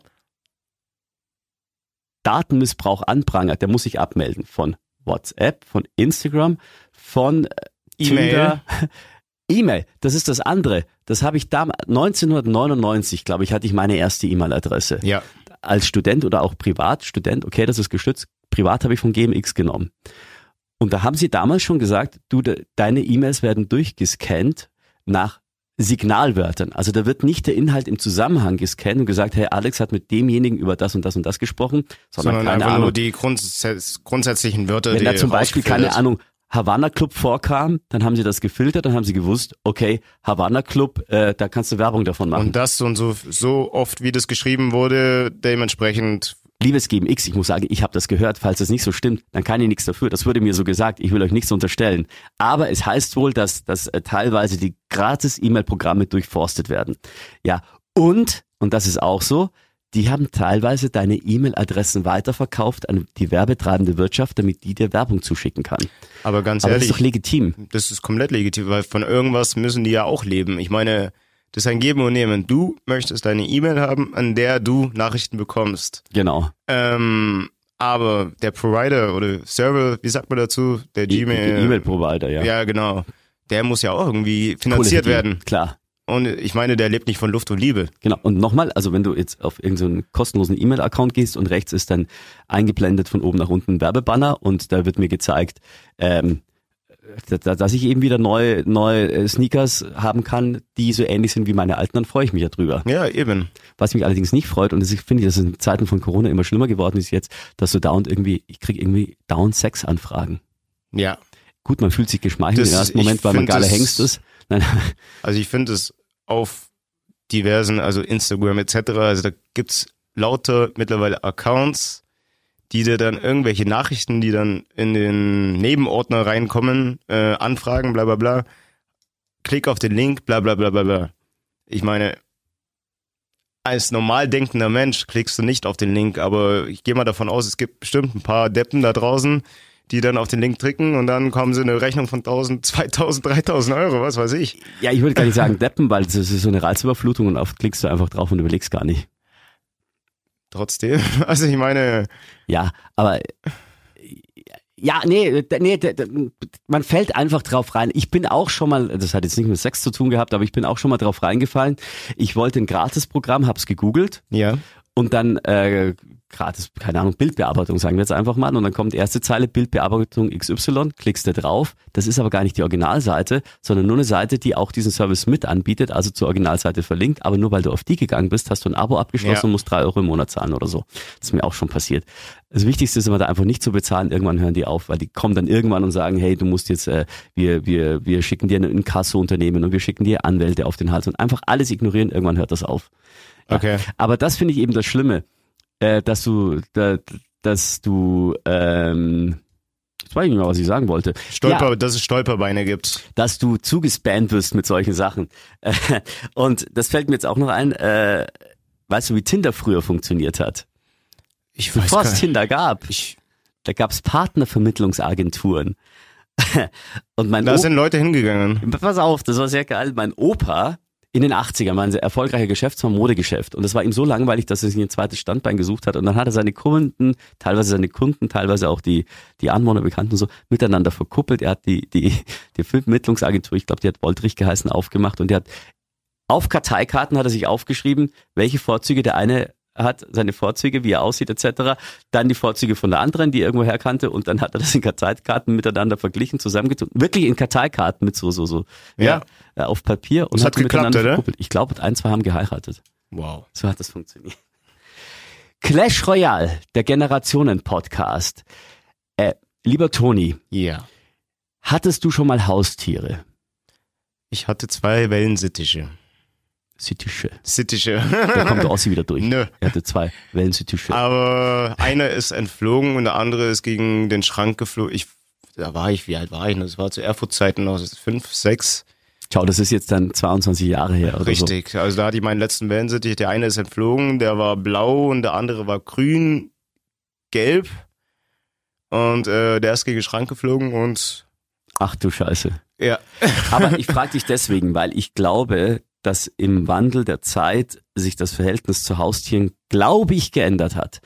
A: Datenmissbrauch anprangert, der muss sich abmelden von WhatsApp, von Instagram, von äh,
B: E-Mail.
A: Tinder. E-Mail, das ist das andere. Das habe ich damals 1999, glaube ich, hatte ich meine erste E-Mail-Adresse.
B: ja,
A: als Student oder auch privat, Student, okay, das ist geschützt, privat habe ich von GMX genommen. Und da haben sie damals schon gesagt, du, de, deine E-Mails werden durchgescannt nach Signalwörtern. Also da wird nicht der Inhalt im Zusammenhang gescannt und gesagt, hey, Alex hat mit demjenigen über das und das und das gesprochen, sondern,
B: sondern
A: keine
B: einfach
A: Ahnung.
B: nur die grundsätz grundsätzlichen Wörter,
A: Wenn
B: die
A: da zum Beispiel,
B: rausgefiltert-
A: keine Ahnung, Havanna Club vorkam, dann haben sie das gefiltert, dann haben sie gewusst, okay, Havanna Club, äh, da kannst du Werbung davon machen.
B: Und das und so, so oft, wie das geschrieben wurde, dementsprechend.
A: Liebes GMX, ich muss sagen, ich habe das gehört. Falls das nicht so stimmt, dann kann ich nichts dafür. Das wurde mir so gesagt. Ich will euch nichts unterstellen. Aber es heißt wohl, dass, dass äh, teilweise die gratis E-Mail-Programme durchforstet werden. Ja, und, und das ist auch so, die haben teilweise deine E-Mail-Adressen weiterverkauft an die werbetreibende Wirtschaft, damit die dir Werbung zuschicken kann.
B: Aber ganz
A: Aber das
B: ehrlich,
A: ist doch legitim.
B: das ist komplett legitim, weil von irgendwas müssen die ja auch leben. Ich meine, das ist ein Geben und Nehmen. Du möchtest eine E-Mail haben, an der du Nachrichten bekommst.
A: Genau.
B: Ähm, aber der Provider oder Server, wie sagt man dazu, der
A: Die- die
B: Gmail.
A: E-Mail-Provider, ja.
B: ja, genau. Der muss ja auch irgendwie
A: Kohle
B: finanziert
A: verdienen.
B: werden.
A: Klar.
B: Und ich meine, der lebt nicht von Luft und Liebe.
A: Genau. Und nochmal, also wenn du jetzt auf irgendeinen kostenlosen E-Mail-Account gehst und rechts ist dann eingeblendet von oben nach unten ein Werbebanner und da wird mir gezeigt, ähm, da- da- dass ich eben wieder neue, neue äh, Sneakers haben kann, die so ähnlich sind wie meine alten, dann freue ich mich ja drüber.
B: Ja, eben.
A: Was mich allerdings nicht freut, und das, ich finde, dass es in Zeiten von Corona immer schlimmer geworden ist jetzt, dass so dauernd irgendwie, ich kriege irgendwie dauernd Sex-Anfragen.
B: Ja.
A: Gut, man fühlt sich geschmeichelt
B: Das-
A: im ersten
B: ich
A: Moment, weil man
B: find
A: geiler
B: das-
A: Hengst ist. Nein,
B: Also ich finde es auf diversen, also Instagram etc., also da gibt's lauter mittlerweile Accounts, die dir dann irgendwelche Nachrichten, die dann in den Nebenordner reinkommen, äh, anfragen, bla bla bla. Klick auf den Link, bla bla bla bla bla. Ich meine, als normal denkender Mensch klickst du nicht auf den Link, aber ich gehe mal davon aus, es gibt bestimmt ein paar Deppen da draußen, die dann auf den Link klicken und dann kommen sie eine Rechnung von 1000, 2000, 3000 Euro, was weiß ich.
A: ja, ich würde gar nicht sagen deppen, weil das ist so eine Reizüberflutung und oft klickst du einfach drauf und überlegst gar nicht.
B: trotzdem. Also ich meine,
A: Ja, aber ja, nee, d- nee, d- d- man fällt einfach drauf rein. Ich bin auch schon mal, das hat jetzt nicht mit Sex zu tun gehabt, aber ich bin auch schon mal drauf reingefallen. Ich wollte ein Gratisprogramm, hab's gegoogelt
B: ja,
A: und dann äh, gratis, keine Ahnung, Bildbearbeitung, sagen wir jetzt einfach mal. Und dann kommt erste Zeile Bildbearbeitung XY, klickst da drauf. Das ist aber gar nicht die Originalseite, sondern nur eine Seite, die auch diesen Service mit anbietet, also zur Originalseite verlinkt. Aber nur weil du auf die gegangen bist, hast du ein Abo abgeschlossen
B: Ja.
A: und musst drei Euro im Monat zahlen oder so. Das ist mir auch schon passiert. Das Wichtigste ist immer da einfach nicht zu bezahlen. Irgendwann hören die auf, weil die kommen dann irgendwann und sagen, hey, du musst jetzt, äh, wir, wir, wir schicken dir ein Inkasso-Unternehmen und wir schicken dir Anwälte auf den Hals und einfach alles ignorieren. Irgendwann hört das auf.
B: Okay.
A: Aber das finde ich eben das Schlimme, äh, dass du, da, dass du, ähm, jetzt weiß ich nicht mehr, was ich sagen wollte,
B: Stolper, dass es Stolperbeine gibt.
A: dass du zugespannt wirst mit solchen Sachen. Äh, Und das fällt mir jetzt auch noch ein, äh, weißt du, wie Tinder früher funktioniert hat?
B: Ich
A: Bevor es Tinder gab,
B: Ich,
A: da gab es Partnervermittlungsagenturen. Und mein
B: da
A: Opa-
B: sind Leute hingegangen.
A: Pass auf, das war sehr geil. Mein Opa in den 80ern war ein sehr erfolgreicher Geschäftsmann, Modegeschäft. Und das war ihm so langweilig, dass er sich ein zweites Standbein gesucht hat. Und dann hat er seine Kunden, teilweise seine Kunden, teilweise auch die, die Anwohner, Bekannten und so, miteinander verkuppelt. Er hat die, die, die Vermittlungsagentur, ich glaube, die hat Woltrich geheißen, aufgemacht. Und der hat auf Karteikarten hat er sich aufgeschrieben, welche Vorzüge der eine hat, seine Vorzüge, wie er aussieht etc. Dann die Vorzüge von der anderen, die er irgendwo herkannte und dann hat er das in Karteikarten miteinander verglichen, zusammengetan. Wirklich in Karteikarten mit so so so.
B: Ja.
A: ja auf Papier und
B: Das
A: hat
B: hat geklappt,
A: miteinander
B: oder?
A: verkuppelt. Ich glaube, ein, zwei haben geheiratet.
B: Wow.
A: So hat das funktioniert. Clash Royale, der Generationen-Podcast. Äh, lieber Toni,
B: Ja.
A: hattest du schon mal Haustiere?
B: Ich hatte zwei Wellensittiche.
A: Sittische.
B: Sittiche.
A: Da kommt Ossi wieder durch.
B: Nö.
A: Er hatte zwei Wellensittische.
B: Aber einer ist entflogen und der andere ist gegen den Schrank geflogen. Ich, da war ich, wie alt war ich? noch? Das war zu Erfurt-Zeiten noch, das ist fünf, sechs.
A: Ciao, das ist jetzt dann 22 Jahre her. Oder
B: Richtig. Also da hatte ich meinen letzten Wellensittich. Der eine ist entflogen, der war blau und der andere war grün, gelb. Und äh, der ist gegen den Schrank geflogen und
A: So. Ach du Scheiße.
B: ja.
A: Aber ich frage dich deswegen, weil ich glaube, dass im Wandel der Zeit sich das Verhältnis zu Haustieren, glaube ich, geändert hat.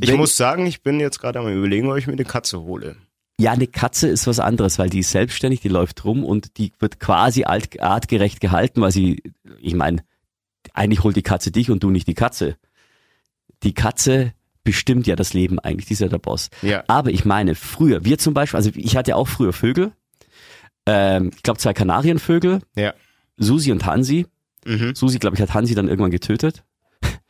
B: Ich
A: Wenn-
B: muss sagen, ich bin jetzt gerade am überlegen, ob ich mir eine Katze hole.
A: Ja, eine Katze ist was anderes, weil die ist selbstständig, die läuft rum und die wird quasi alt, artgerecht gehalten, weil sie, ich meine, eigentlich holt die Katze dich und du nicht die Katze. Die Katze bestimmt ja das Leben eigentlich, die ist ja der Boss.
B: Ja.
A: Aber ich meine, früher, wir zum Beispiel, also ich hatte auch früher Vögel, ähm, ich glaube zwei Kanarienvögel,
B: Ja.
A: Susi und Hansi.
B: Mhm.
A: Susi, glaube ich, hat Hansi dann irgendwann getötet.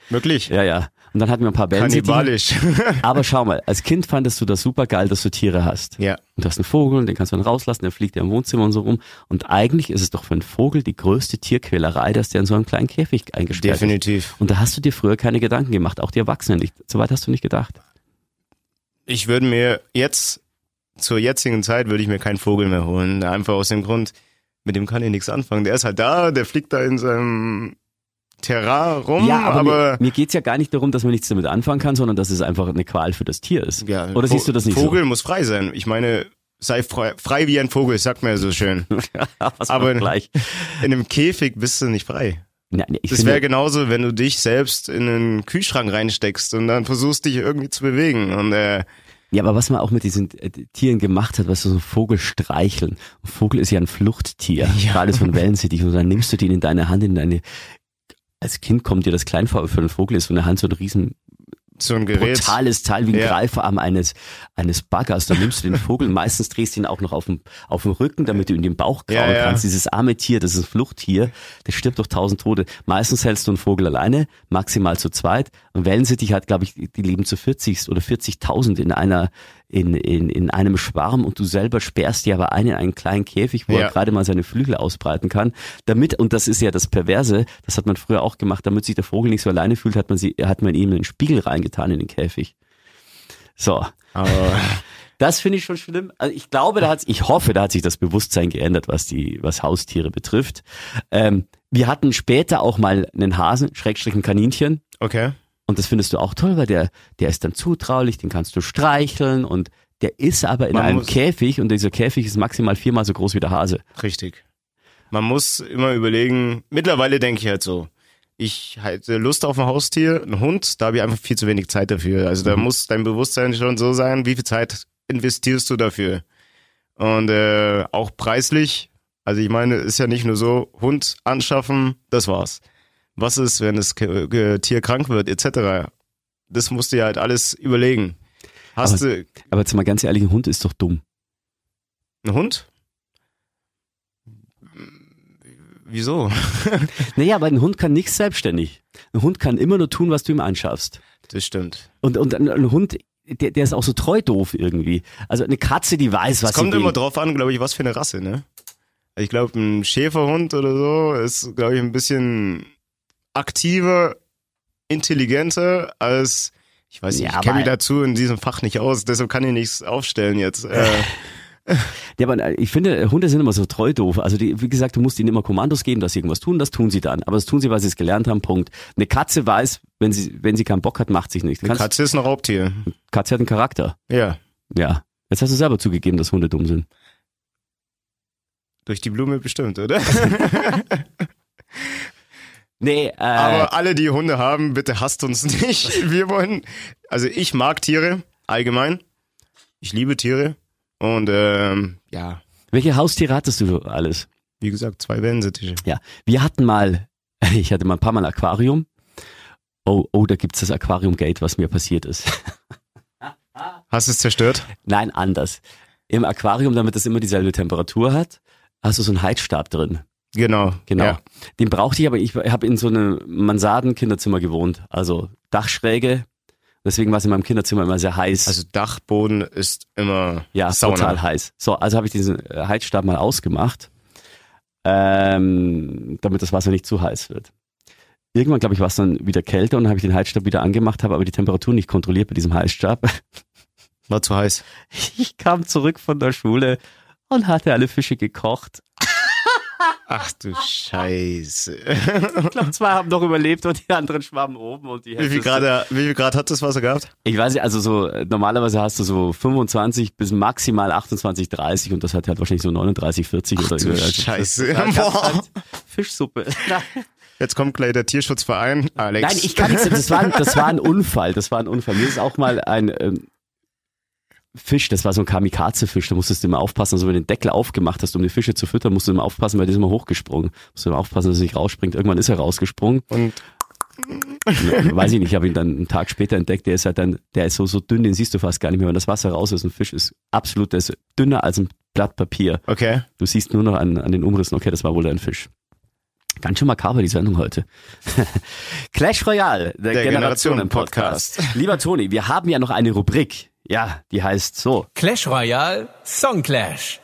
B: Wirklich?
A: Ja, ja. Und dann hatten wir ein paar Bälle.
B: Kannibalisch.
A: Aber schau mal, als Kind fandest du das super geil, dass du Tiere hast.
B: ja.
A: Und du hast einen Vogel und den kannst du dann rauslassen, der fliegt ja im Wohnzimmer und so rum. Und eigentlich ist es doch für einen Vogel die größte Tierquälerei, dass der in so einem kleinen Käfig eingesperrt ist.
B: Definitiv.
A: Und da hast du dir früher keine Gedanken gemacht, auch die Erwachsenen nicht. So weit hast du nicht gedacht.
B: ich würde mir jetzt, zur jetzigen Zeit, würde ich mir keinen Vogel mehr holen. Einfach aus dem Grund, mit dem kann ich nichts anfangen. Der ist halt da, der fliegt da in seinem Terrain rum,
A: ja, aber,
B: Um, aber,
A: mir, mir geht's ja gar nicht darum, dass man nichts damit anfangen kann, sondern dass es einfach eine Qual für das Tier ist.
B: ja,
A: Oder
B: Vo-
A: siehst du das nicht
B: Vogel muss frei sein. Ich meine, sei frei, frei wie ein Vogel, sagt man ja so schön.
A: so? Was
B: Aber-
A: aber gleich.
B: In einem Käfig bist du nicht frei.
A: Nein, nein, ich
B: Das wäre
A: finde,
B: genauso, wenn du dich selbst in einen Kühlschrank reinsteckst und dann versuchst dich irgendwie zu bewegen. Und äh,
A: ja, aber was man auch mit diesen äh, Tieren gemacht hat, was so ein Vogel streicheln. Ein Vogel ist ja ein Fluchttier, gerade so ein Wellensittich. Und dann nimmst du den in deine Hand, in deine. Als Kind kommt dir das Kleinvor für einen Vogel ist so eine Hand so ein riesen
B: so ein Gerät.
A: brutales Teil wie ein
B: Ja.
A: Greifarm eines eines Baggers. Dann nimmst du den Vogel, meistens drehst du ihn auch noch auf dem auf dem Rücken, damit du ihn den Bauch
B: Ja,
A: grauen
B: ja.
A: kannst. Dieses arme Tier, das ist ein Fluchttier, der stirbt durch tausend Tode. Meistens hältst du einen Vogel alleine, maximal zu zweit. Und Wellensittich hat, glaube ich, die leben zu 40 oder 40.000 in einer in, in, in einem Schwarm und du selber sperrst dir aber einen in einen kleinen Käfig, wo
B: Ja.
A: er gerade mal seine Flügel ausbreiten kann. Damit, und das ist ja das Perverse, das hat man früher auch gemacht, damit sich der Vogel nicht so alleine fühlt, hat man, sie, hat man ihm einen Spiegel reingetan in den Käfig. So,
B: Aber
A: das finde ich schon schlimm. Also ich glaube, da hat ich hoffe, da hat sich das Bewusstsein geändert, was die, was Haustiere betrifft. Ähm, wir hatten später auch mal einen Hasen, Schrägstrich ein Kaninchen.
B: okay.
A: Und das findest du auch toll, weil der, der ist dann zutraulich, den kannst du streicheln und der ist aber in
B: Man
A: einem
B: muss-
A: Käfig und dieser Käfig ist maximal viermal so groß wie der Hase.
B: Richtig. Man muss immer überlegen, mittlerweile denke ich halt so, ich hätte Lust auf ein Haustier, einen Hund, da habe ich einfach viel zu wenig Zeit dafür. Also da muss dein Bewusstsein schon so sein, wie viel Zeit investierst du dafür? Und äh, auch preislich, also ich meine, ist ja nicht nur so, Hund anschaffen, das war's. Was ist, wenn das K- K- Tier krank wird, etc.? das musst du ja halt alles überlegen. Hast du
A: Aber jetzt mal ganz ehrlich, ein Hund ist doch dumm.
B: einen Hund? Wieso?
A: Naja, aber ein Hund kann nichts selbstständig. Ein Hund kann immer nur tun, was du ihm anschaffst.
B: Das stimmt.
A: Und, und ein, ein Hund, der, der ist auch so treu doof irgendwie. Also eine Katze, die weiß, was
B: Es kommt
A: sie
B: immer
A: will.
B: drauf an, glaube ich, was für eine Rasse, ne? Ich glaube, ein Schäferhund oder so ist, glaube ich, ein bisschen aktiver, intelligenter als. Ich weiß nicht,
A: Ja,
B: ich kenne
A: aber-
B: mich dazu in diesem Fach nicht aus, deshalb kann ich nichts aufstellen jetzt. Äh,
A: Ja, aber äh, ich finde, Hunde sind immer so treu doof. Also die, wie gesagt, du musst ihnen immer Kommandos geben, dass sie irgendwas tun, das tun sie dann. Aber das tun sie, weil sie es gelernt haben, Punkt. Eine Katze weiß, wenn sie, wenn sie keinen Bock hat, macht sich nichts. Kannst-
B: Katze ist ein Raubtier.
A: Katze hat einen Charakter.
B: Ja.
A: Ja. Jetzt hast du selber zugegeben, dass Hunde dumm sind.
B: Durch die Blume bestimmt, oder?
A: Nee, äh,
B: Aber alle, die Hunde haben, bitte hasst uns nicht. Wir wollen, also ich mag Tiere allgemein. Ich liebe Tiere. Und ähm, ja,
A: welche Haustiere hattest du alles?
B: wie gesagt, zwei Wellensittiche.
A: Ja, wir hatten mal, ich hatte mal ein paar Mal ein Aquarium. Oh, oh, da gibt's das Aquarium Gate, was mir passiert ist.
B: Hast du es zerstört?
A: Nein, anders. Im Aquarium, damit es immer dieselbe Temperatur hat, hast du so einen Heizstab drin.
B: Genau.
A: Genau.
B: Ja.
A: Den brauchte ich, aber ich habe in so einem Mansarden-Kinderzimmer gewohnt. Also Dachschräge. Deswegen war es in meinem Kinderzimmer immer sehr heiß.
B: Also Dachboden ist immer
A: Ja,
B: Sauna.
A: total heiß. So, also habe ich diesen äh, Heizstab mal ausgemacht, ähm, damit das Wasser nicht zu heiß wird. Irgendwann, glaube ich, war es dann wieder kälter und habe ich den Heizstab wieder angemacht, habe aber die Temperatur nicht kontrolliert bei diesem Heizstab.
B: War zu heiß.
A: Ich kam zurück von der Schule und hatte alle Fische gekocht.
B: Ach du Scheiße.
A: Ich glaube, zwei haben noch überlebt und die anderen schwammen oben und die
B: wie, viel Grad, äh, wie viel Grad hat das Wasser gehabt?
A: Ich weiß nicht, also so äh, normalerweise hast du so 25 bis maximal 28, 30 und das hat halt wahrscheinlich so 39, 40 oder
B: du
A: irgendwie. also
B: Scheiße.
A: Da gab's
B: Boah.
A: halt Fischsuppe.
B: Jetzt kommt gleich der Tierschutzverein. Alex.
A: Nein, ich kann nichts. Das war, das war ein Unfall. Das war ein Unfall. Mir ist auch mal ein ähm, Fisch, das war so ein Kamikaze-Fisch, da musstest du immer aufpassen. Also wenn du den Deckel aufgemacht hast, um die Fische zu füttern, musst du immer aufpassen, weil der ist immer hochgesprungen. Musst du immer aufpassen, dass er nicht rausspringt. Irgendwann ist er rausgesprungen.
B: Und
A: Ja, Weiß ich nicht, ich habe ihn dann einen Tag später entdeckt. Der ist halt dann, der ist so, so dünn, den siehst du fast gar nicht mehr. Wenn das Wasser raus ist, ein Fisch ist absolut, der ist dünner als ein Blatt Papier.
B: okay.
A: Du siehst nur noch an, an den Umrissen, okay, das war wohl ein Fisch. Ganz schön makaber, die Sendung heute. Clash Royale, der,
B: Der
A: Generationen-Podcast. Lieber Toni, wir haben ja noch eine Rubrik. Ja, die heißt so.
E: Clash Royale Song Clash.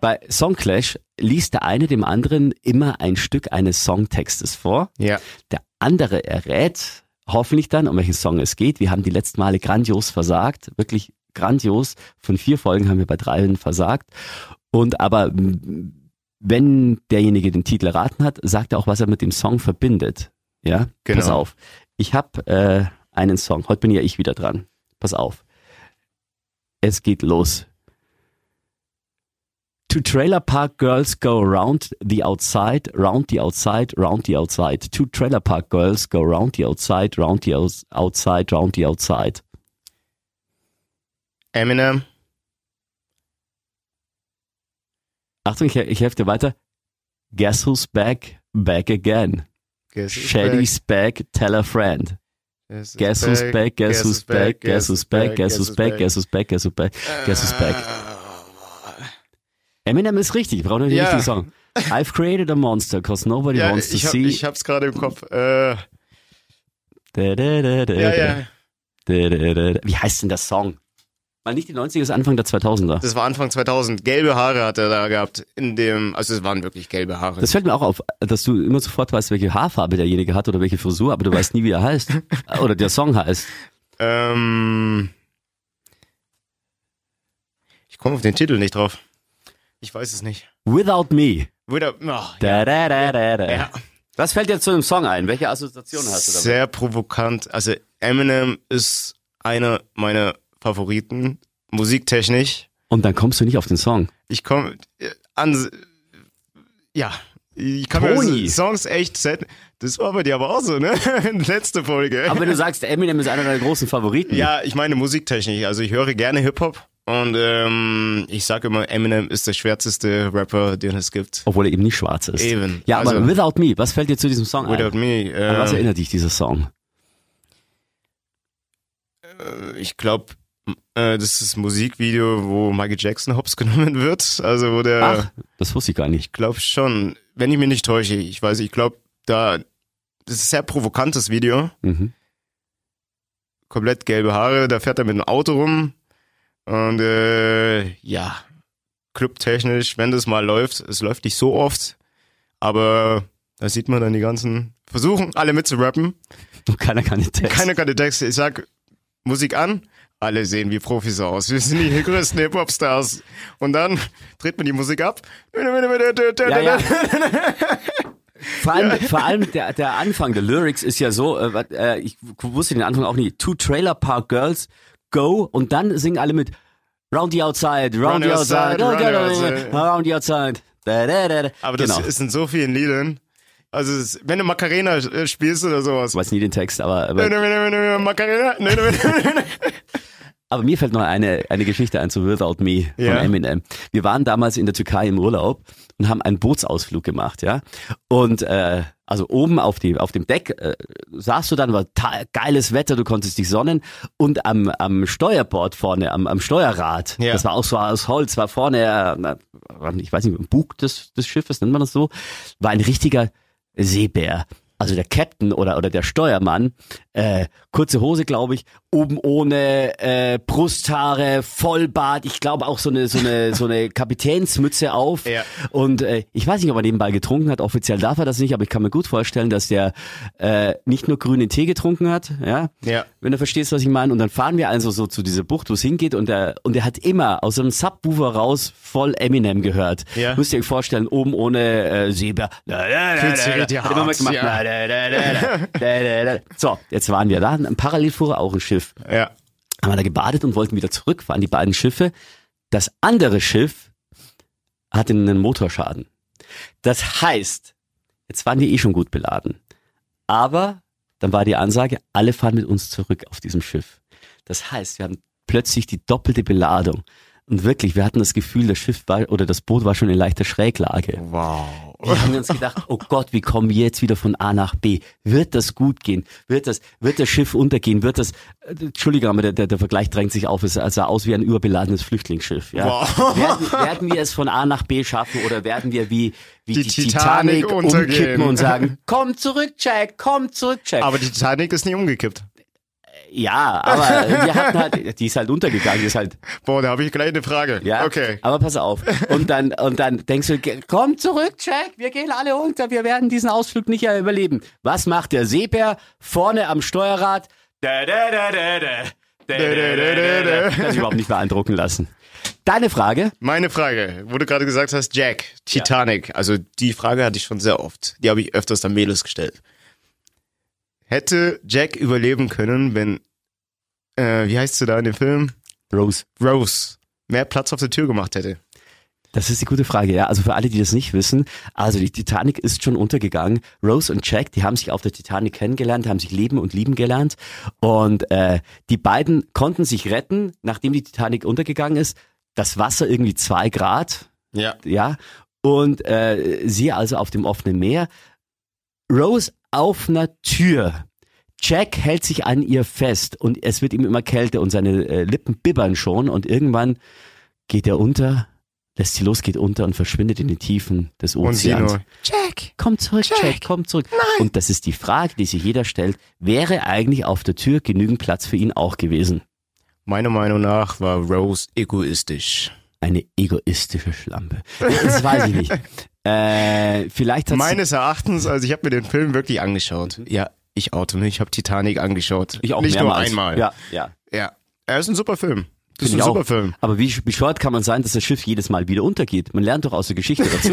A: Bei Song Clash liest der eine dem anderen immer ein Stück eines Songtextes vor.
B: Ja.
A: Der andere errät hoffentlich dann, um welchen Song es geht. Wir haben die letzten Male grandios versagt, wirklich grandios. Von vier Folgen haben wir bei dreien versagt. Und aber m, wenn derjenige den Titel erraten hat, sagt er auch, was er mit dem Song verbindet. Ja,
B: Genau.
A: pass auf. Ich habe äh, einen Song. Heute bin ja ich wieder dran. Pass auf. Es geht los. To Trailer Park Girls go round the outside, round the outside, round the outside. To Trailer Park Girls go round the outside, round the outs- outside, round the outside.
B: Eminem.
A: Achtung, ich, ich helfe dir weiter. Guess who's back? Back again.
B: Guess who's
A: Shady's back, tell a friend.
B: back.
A: Guess who's back, guess who's back, guess who's back, guess who's back, guess who's back, guess who's back, guess who's
B: Ah.
A: back. Eminem ist richtig, braucht nur den
B: Ja.
A: richtigen Song. I've created a monster, cause nobody
B: Ja,
A: wants to
B: ich, hab,
A: see.
B: ich hab's gerade im Kopf. Äh,
A: Da, da, da, da,
B: ja,
A: da.
B: ja.
A: Da, da, da, da. Wie heißt denn der Song? Mal nicht die 90er, ist Anfang der 2000er.
B: Das war Anfang 2000. Gelbe Haare hat er da gehabt. In dem, also es waren wirklich gelbe Haare.
A: Das fällt mir auch auf, dass du immer sofort weißt, welche Haarfarbe derjenige hat oder welche Frisur, aber du weißt nie, wie er heißt. Oder der Song heißt.
B: ähm, ich komme auf den Titel nicht drauf. Ich weiß es nicht.
A: Without Me.
B: Wieder, ach,
A: Da, da, da, da, da.
B: Ja.
A: Was fällt dir zu dem Song ein? Welche Assoziation hast du damit?
B: sehr provokant. Also Eminem ist einer meiner Favoriten. Musiktechnisch.
A: Und dann kommst du nicht auf den Song.
B: Ich komme an. Ja. Ich kann
A: Toni.
B: mir Songs echt set. Das war bei dir aber auch so, ne? Letzte Folge.
A: Aber wenn du sagst, Eminem ist einer deiner großen Favoriten.
B: ja, ich meine Musiktechnik. Also ich höre gerne Hip-Hop und ähm, ich sage immer, Eminem ist der schwärzeste Rapper, den es gibt.
A: Obwohl er eben nicht schwarz ist.
B: Eben.
A: Oh, Ja, aber
B: Also- ähm,
A: Without Me, was fällt dir zu diesem Song
B: Without
A: ein?
B: me.
A: An was
B: Äh,
A: erinnert dich dieser Song?
B: äh, ich glaube, äh, das ist das Musikvideo, wo Michael Jackson hops genommen wird. Also wo der,
A: Ach, das wusste ich gar nicht.
B: glaube schon, wenn ich mich nicht täusche, ich weiß, ich glaube, da, das ist ein sehr provokantes Video.
A: Mhm.
B: komplett gelbe Haare, da fährt er mit dem Auto rum und äh, ja, clubtechnisch, wenn das mal läuft, es läuft nicht so oft, aber da sieht man dann die ganzen versuchen, alle mitzurappen.
A: Und keiner kann den Text.
B: Keiner kann die Texte, ich sag Musik an, alle sehen wie Profis aus, wir sind die größten Hip-Hop-Stars und dann dreht man die Musik ab.
A: Ja, ja. Vor allem, vor allem der, der Anfang der Lyrics ist ja so, äh, wat- äh, ich w- wusste den Anfang auch nie. Two Trailer Park Girls go und dann singen alle mit Round the Outside, Round, the Outside, round the outside, round the Outside. Da, da, da, da.
B: Aber das
A: genau.
B: ist in so vielen Liedern. Also, es ist, wenn du Macarena äh, spielst oder sowas.
A: ich weiß nie den Text, aber, aber
B: Macarena.
A: Aber mir fällt noch eine, eine Geschichte ein zu Without Me von
B: Ja.
A: Eminem. Wir waren damals in der Türkei im Urlaub und haben einen Bootsausflug gemacht, ja. Und äh, also oben auf, die, auf dem Deck äh, saßt du dann, war ta- geiles Wetter, du konntest dich sonnen und am, am Steuerbord vorne, am, am Steuerrad,
B: Ja.
A: das war auch so aus Holz, war vorne, äh, na, ich weiß nicht, im Bug des, des Schiffes, nennt man das so, war ein richtiger Seebär. Also der Captain oder, oder der Steuermann, äh, kurze Hose, glaube ich, oben ohne äh, Brusthaare, Vollbart, ich glaube auch so eine, so eine, so eine Kapitänsmütze auf.
B: Ja.
A: Und äh, ich weiß nicht, ob er nebenbei getrunken hat, offiziell darf er das nicht, aber ich kann mir gut vorstellen, dass der äh, nicht nur grünen Tee getrunken hat, ja,
B: Ja.
A: wenn du verstehst, was ich meine. Und dann fahren wir also so zu dieser Bucht, wo es hingeht und er, und er hat immer aus einem Subwoofer raus voll Eminem gehört.
B: Ja.
A: Müsst ihr euch vorstellen, oben ohne äh, Seebär. Da, da, da,
B: Fühlt sich
A: da, da.
B: richtig
A: Hat immer
B: hart,
A: gemacht.
B: ja.
A: Da, da, da, da, da, da, da. So, jetzt waren wir da. Parallel fuhr auch ein Schiff.
B: ja.
A: Haben wir da gebadet und wollten wieder zurück, waren die beiden Schiffe. Das andere Schiff hatte einen Motorschaden. Das heißt, jetzt waren wir eh schon gut beladen. Aber dann war die Ansage, alle fahren mit uns zurück auf diesem Schiff. Das heißt, wir haben plötzlich die doppelte Beladung. Und wirklich, wir hatten das Gefühl, das Schiff war oder das Boot war schon in leichter Schräglage.
B: Wow.
A: Wir haben uns gedacht, oh Gott, wie kommen wir jetzt wieder von A nach B? Wird das gut gehen? Wird das, wird das Schiff untergehen? Wird das, äh, Entschuldigung, aber der, der, der Vergleich drängt sich auf. Es sah also aus wie ein überbeladenes Flüchtlingsschiff. Ja.
B: Wow.
A: Werden, werden wir es von A nach B schaffen oder werden wir wie, wie die,
B: Die
A: Titanic,
B: Titanic untergehen?
A: umkippen und sagen, komm zurück, Jack, komm zurück, Jack.
B: Aber die Titanic ist nie umgekippt.
A: ja, aber wir hatten halt, die ist halt untergegangen, die ist halt
B: Boah, da habe ich gleich eine Frage.
A: Ja,
B: Okay.
A: aber pass auf. Und dann, und dann denkst du, "Ge- komm zurück, Jack, wir gehen alle unter, wir werden diesen Ausflug nicht mehr überleben. Was macht der Seebär vorne am Steuerrad? Da, da, da, da, da. Da, da, da, da, da. Kann sich überhaupt nicht beeindrucken lassen. Deine Frage?
B: Meine Frage, wo du gerade gesagt hast, Jack, Titanic. Also die Frage hatte ich schon sehr oft. Die habe ich öfters dann Mädels gestellt. Hätte Jack überleben können, wenn, äh, wie heißt sie da in dem Film?
A: Rose.
B: Rose mehr Platz auf der Tür gemacht hätte.
A: Das ist die gute Frage, ja. Also für alle, die das nicht wissen, also die Titanic ist schon untergegangen. Rose und Jack, die haben sich auf der Titanic kennengelernt, haben sich leben und lieben gelernt. Und äh, die beiden konnten sich retten, nachdem die Titanic untergegangen ist. Das Wasser irgendwie zwei Grad,
B: Ja.
A: ja. Und äh, sie also auf dem offenen Meer. Rose auf einer Tür. Jack hält sich an ihr fest und es wird ihm immer kälter und seine äh, Lippen bibbern schon und irgendwann geht er unter, lässt sie los, geht unter und verschwindet in den Tiefen des
B: Und sie
A: Ozeans.
B: nur.
A: Jack, komm zurück, Jack, komm zurück. Und das ist die Frage, die sich jeder stellt. Wäre eigentlich auf der Tür genügend Platz für ihn auch gewesen?
B: Meiner Meinung nach war Rose egoistisch.
A: Eine egoistische Schlampe. Das weiß ich nicht. Äh, vielleicht hat sie-
B: Meines Erachtens, also ich habe mir den Film wirklich angeschaut. Ja, ich oute mich, ich habe Titanic angeschaut.
A: Ich auch
B: Nicht
A: mehrmals.
B: nur einmal.
A: Ja, ja.
B: ja. Er ist ein super Film. Das ist
A: Finde
B: ein
A: ich
B: super
A: auch.
B: Film.
A: Aber wie bescheuert kann man sein, dass das Schiff jedes Mal wieder untergeht? Man lernt doch aus der Geschichte dazu.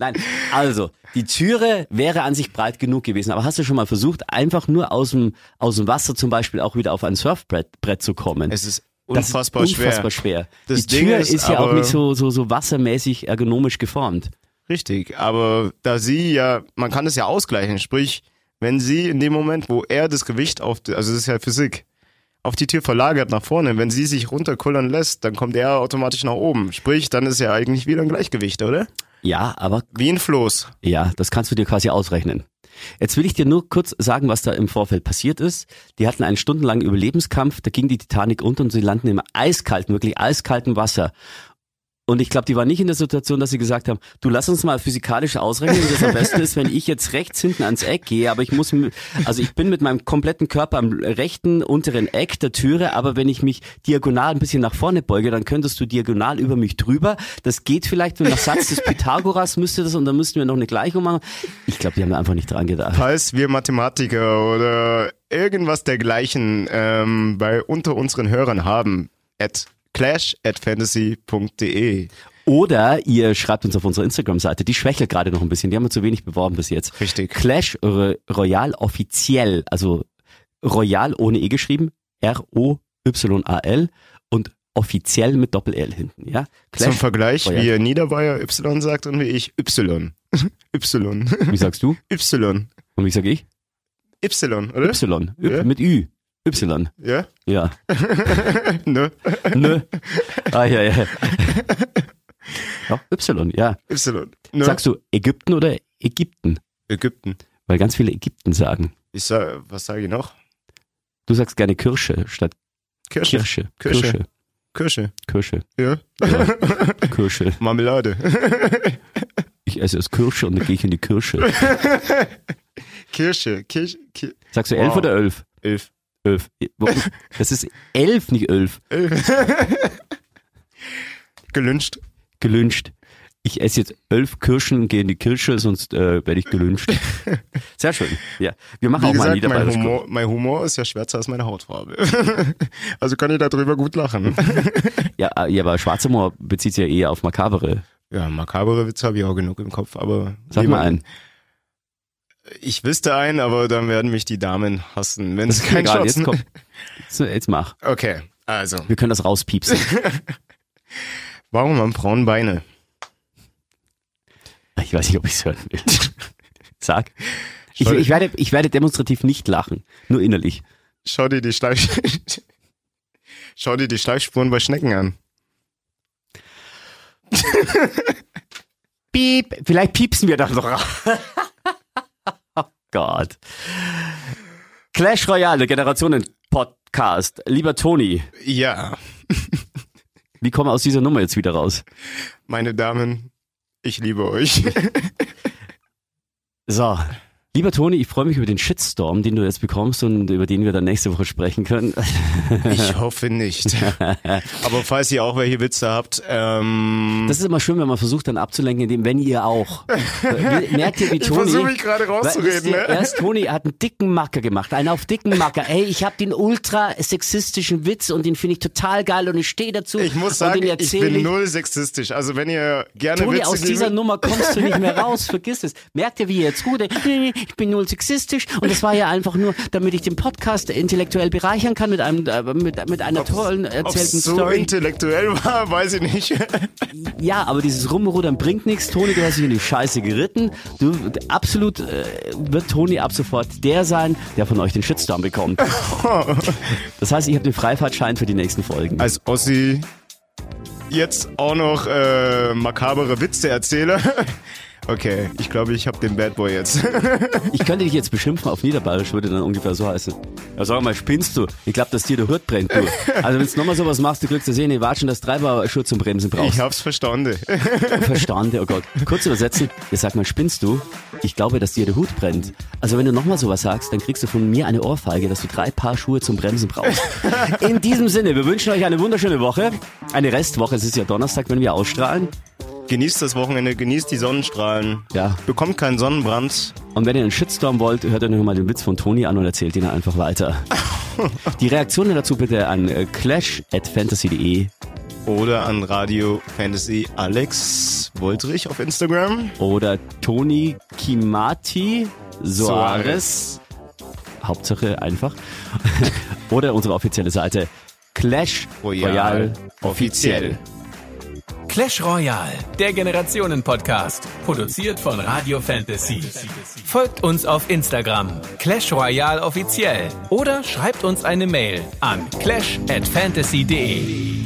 A: Nein, also, die Türe wäre an sich breit genug gewesen. Aber hast du schon mal versucht, einfach nur aus dem, aus dem Wasser zum Beispiel auch wieder auf ein Surfbrett Brett zu kommen?
B: Es ist
A: Das ist
B: unfassbar,
A: unfassbar schwer.
B: Das
A: die
B: Ding
A: Tür
B: ist
A: ist ja auch
B: aber-
A: nicht so, so, so wassermäßig ergonomisch geformt.
B: Richtig, aber da sie ja, man kann das ja ausgleichen, sprich, wenn sie in dem Moment, wo er das Gewicht auf, die- also das ist ja Physik, auf die Tür verlagert nach vorne, wenn sie sich runterkullern lässt, dann kommt er automatisch nach oben. Sprich, dann ist ja eigentlich wieder ein Gleichgewicht, oder?
A: Ja, aber
B: Wie ein Floß.
A: ja, das kannst du dir quasi ausrechnen. Jetzt will ich dir nur kurz sagen, was da im Vorfeld passiert ist. Die hatten einen stundenlangen Überlebenskampf, da ging die Titanic unter und sie landen im eiskalten, wirklich eiskalten Wasser. Und ich glaube, die waren nicht in der Situation, dass sie gesagt haben, du lass uns mal physikalisch ausrechnen, wie das am besten ist, wenn ich jetzt rechts hinten ans Eck gehe, aber ich muss, m- also ich bin mit meinem kompletten Körper am rechten unteren Eck der Türe, aber wenn ich mich diagonal ein bisschen nach vorne beuge, dann könntest du diagonal über mich drüber. Das geht vielleicht, und nach Satz des Pythagoras müsste das, und dann müssten wir noch eine Gleichung machen. Ich glaube, die haben da einfach nicht dran gedacht.
B: Falls wir Mathematiker oder irgendwas dergleichen ähm, bei unter unseren Hörern haben, at clash at fantasy.de.
A: Oder ihr schreibt uns auf unserer Instagram-Seite. Die schwächelt gerade noch ein bisschen. Die haben wir zu wenig beworben bis jetzt.
B: Richtig.
A: Clash Ro- Royal offiziell. Also Royal ohne E geschrieben. R-O-Y-A-L. Und offiziell mit Doppel-L hinten. Ja?
B: Zum
A: Clash.
B: Vergleich,
A: Projekt.
B: wie ihr Niederbayer Y sagt und wie ich Y. Y.
A: Wie sagst du?
B: Y.
A: Und wie sag ich?
B: Y, oder?
A: Y. Y.
B: Äh? Ja.
A: Mit Ü. Y.
B: Ja?
A: Ja.
B: Ne?
A: Nö. Ah, ja, ja. ja y, ja.
B: Y. Ne?
A: Sagst du Ägypten oder Ägypten?
B: Ägypten.
A: Weil ganz viele Ägypten sagen.
B: Ich sag, was sage ich noch?
A: Du sagst gerne Kirsche statt
B: Kirsche.
A: Kirsche.
B: Kirsche.
A: Kirsche. Kirsche.
B: Kirsche. Ja.
A: Ja. Kirsche.
B: Marmelade.
A: Ich esse erst Kirsche und dann gehe ich in die Kirsche.
B: Kirsche. Kirsch, Kir
A: Sagst du elf
B: Wow.
A: oder elf?
B: Elf.
A: Elf. Das ist elf, nicht elf.
B: Gelünscht.
A: Gelünscht. Ich esse jetzt elf Kirschen und gehe in die Kirsche, sonst äh, werde ich gelünscht. Sehr schön. Ja. Wir machen
B: Wie
A: auch mal
B: gesagt, mein
A: Niederbayerisch.
B: Humor, mein Humor ist ja schwärzer als meine Hautfarbe. also kann ich darüber gut lachen.
A: Ja, ah, ja, aber schwarzer Humor bezieht sich ja eher auf makabere.
B: ja, makabere Witze habe ich auch genug im Kopf, aber.
A: Sag mal einen.
B: Ich wüsste einen, aber dann werden mich die Damen hassen, wenn es
A: Ist mir
B: kein
A: egal,
B: Schatz
A: jetzt komm. Jetzt, jetzt mach.
B: Okay, also.
A: Wir können das rauspiepsen.
B: Warum haben Frauen Beine?
A: Ich weiß nicht, ob ich es hören will. Sag. Ich,
B: Soll-
A: ich, werde, ich werde demonstrativ nicht lachen. Nur innerlich.
B: Schau dir die Schleif Schau dir die Schleifspuren bei Schnecken an.
A: Piep. Vielleicht piepsen wir dann noch raus. oh Gott. Clash Royale, Generationen-Podcast. Lieber Toni,
B: Ja,
A: wie kommen wir aus dieser Nummer jetzt wieder raus?
B: meine Damen, ich liebe euch.
A: So. Lieber Toni, ich freue mich über den Shitstorm, den du jetzt bekommst und über den wir dann nächste Woche sprechen können.
B: Ich hoffe nicht. Aber falls ihr auch welche Witze habt, ähm,
A: Das ist immer schön, wenn man versucht, dann abzulenken, indem, wenn ihr auch. Merkt ihr, wie
B: ich
A: Toni.
B: versuche mich gerade
A: Weil, wisst
B: rauszureden.
A: ihr,
B: Ne?
A: Erst Toni hat einen dicken Macker gemacht, einen auf dicken Macker. Ey, ich habe den ultra sexistischen Witz und den finde ich total geil und ich stehe dazu.
B: Ich muss
A: und
B: sagen,
A: den
B: ich
A: erzähle
B: bin null sexistisch. Also wenn ihr gerne
A: Toni,
B: Witze
A: aus dieser
B: liebe-
A: Nummer kommst du nicht mehr raus, vergiss es. Merkt ihr, wie ihr jetzt gut, nee, nee, ich bin null sexistisch und das war ja einfach nur, damit ich den Podcast intellektuell bereichern kann mit einem, äh, mit, mit einer tollen
B: Ob
A: erzählten
B: es so
A: Story.
B: intellektuell war, weiß ich nicht.
A: Ja, aber dieses Rumrudern bringt nichts. Toni, du hast dich in die Scheiße geritten. Du, absolut äh, wird Toni ab sofort der sein, der von euch den Shitstorm bekommt. Das heißt, ich habe den Freifahrtschein für die nächsten Folgen.
B: Als Ossi jetzt auch noch äh, makabere Witze erzähle. Okay, ich glaube, ich habe den Bad Boy jetzt.
A: Ich könnte dich jetzt beschimpfen auf Niederbayerisch, würde dann ungefähr so heißen. Ja, sag mal, spinnst du? Ich glaube, dass dir der Hirt brennt, du. Also wenn du nochmal sowas machst, du kriegst das eh nicht watschen, dass Treiber Schutz zum Bremsen brauchst.
B: Ich hab's verstanden.
A: Verstande, oh Gott. Kurz übersetzen, ich sag mal, spinnst du? Ich glaube, dass dir der Hut brennt. Also wenn du nochmal sowas sagst, dann kriegst du von mir eine Ohrfeige, dass du drei Paar Schuhe zum Bremsen brauchst. In diesem Sinne, wir wünschen euch eine wunderschöne Woche. Eine Restwoche, es ist ja Donnerstag, wenn wir ausstrahlen.
B: Genießt das Wochenende, genießt die Sonnenstrahlen.
A: Ja.
B: Bekommt keinen Sonnenbrand.
A: Und wenn ihr einen Shitstorm wollt, hört euch nochmal den Witz von Toni an und erzählt ihn einfach weiter. Die Reaktionen dazu bitte an äh, clash at fantasy.de
B: Oder an Radio Fantasy Alex Woltrich auf Instagram.
A: oder Toni Kimati Soares. Hauptsache einfach. Oder unsere offizielle Seite Clash
B: Royal
A: Royal,
B: offiziell.
A: offiziell.
E: Clash Royale, der Generationen-Podcast, produziert von Radio Fantasy. Folgt uns auf Instagram, Clash Royale offiziell, oder schreibt uns eine Mail an clash@fantasy.de.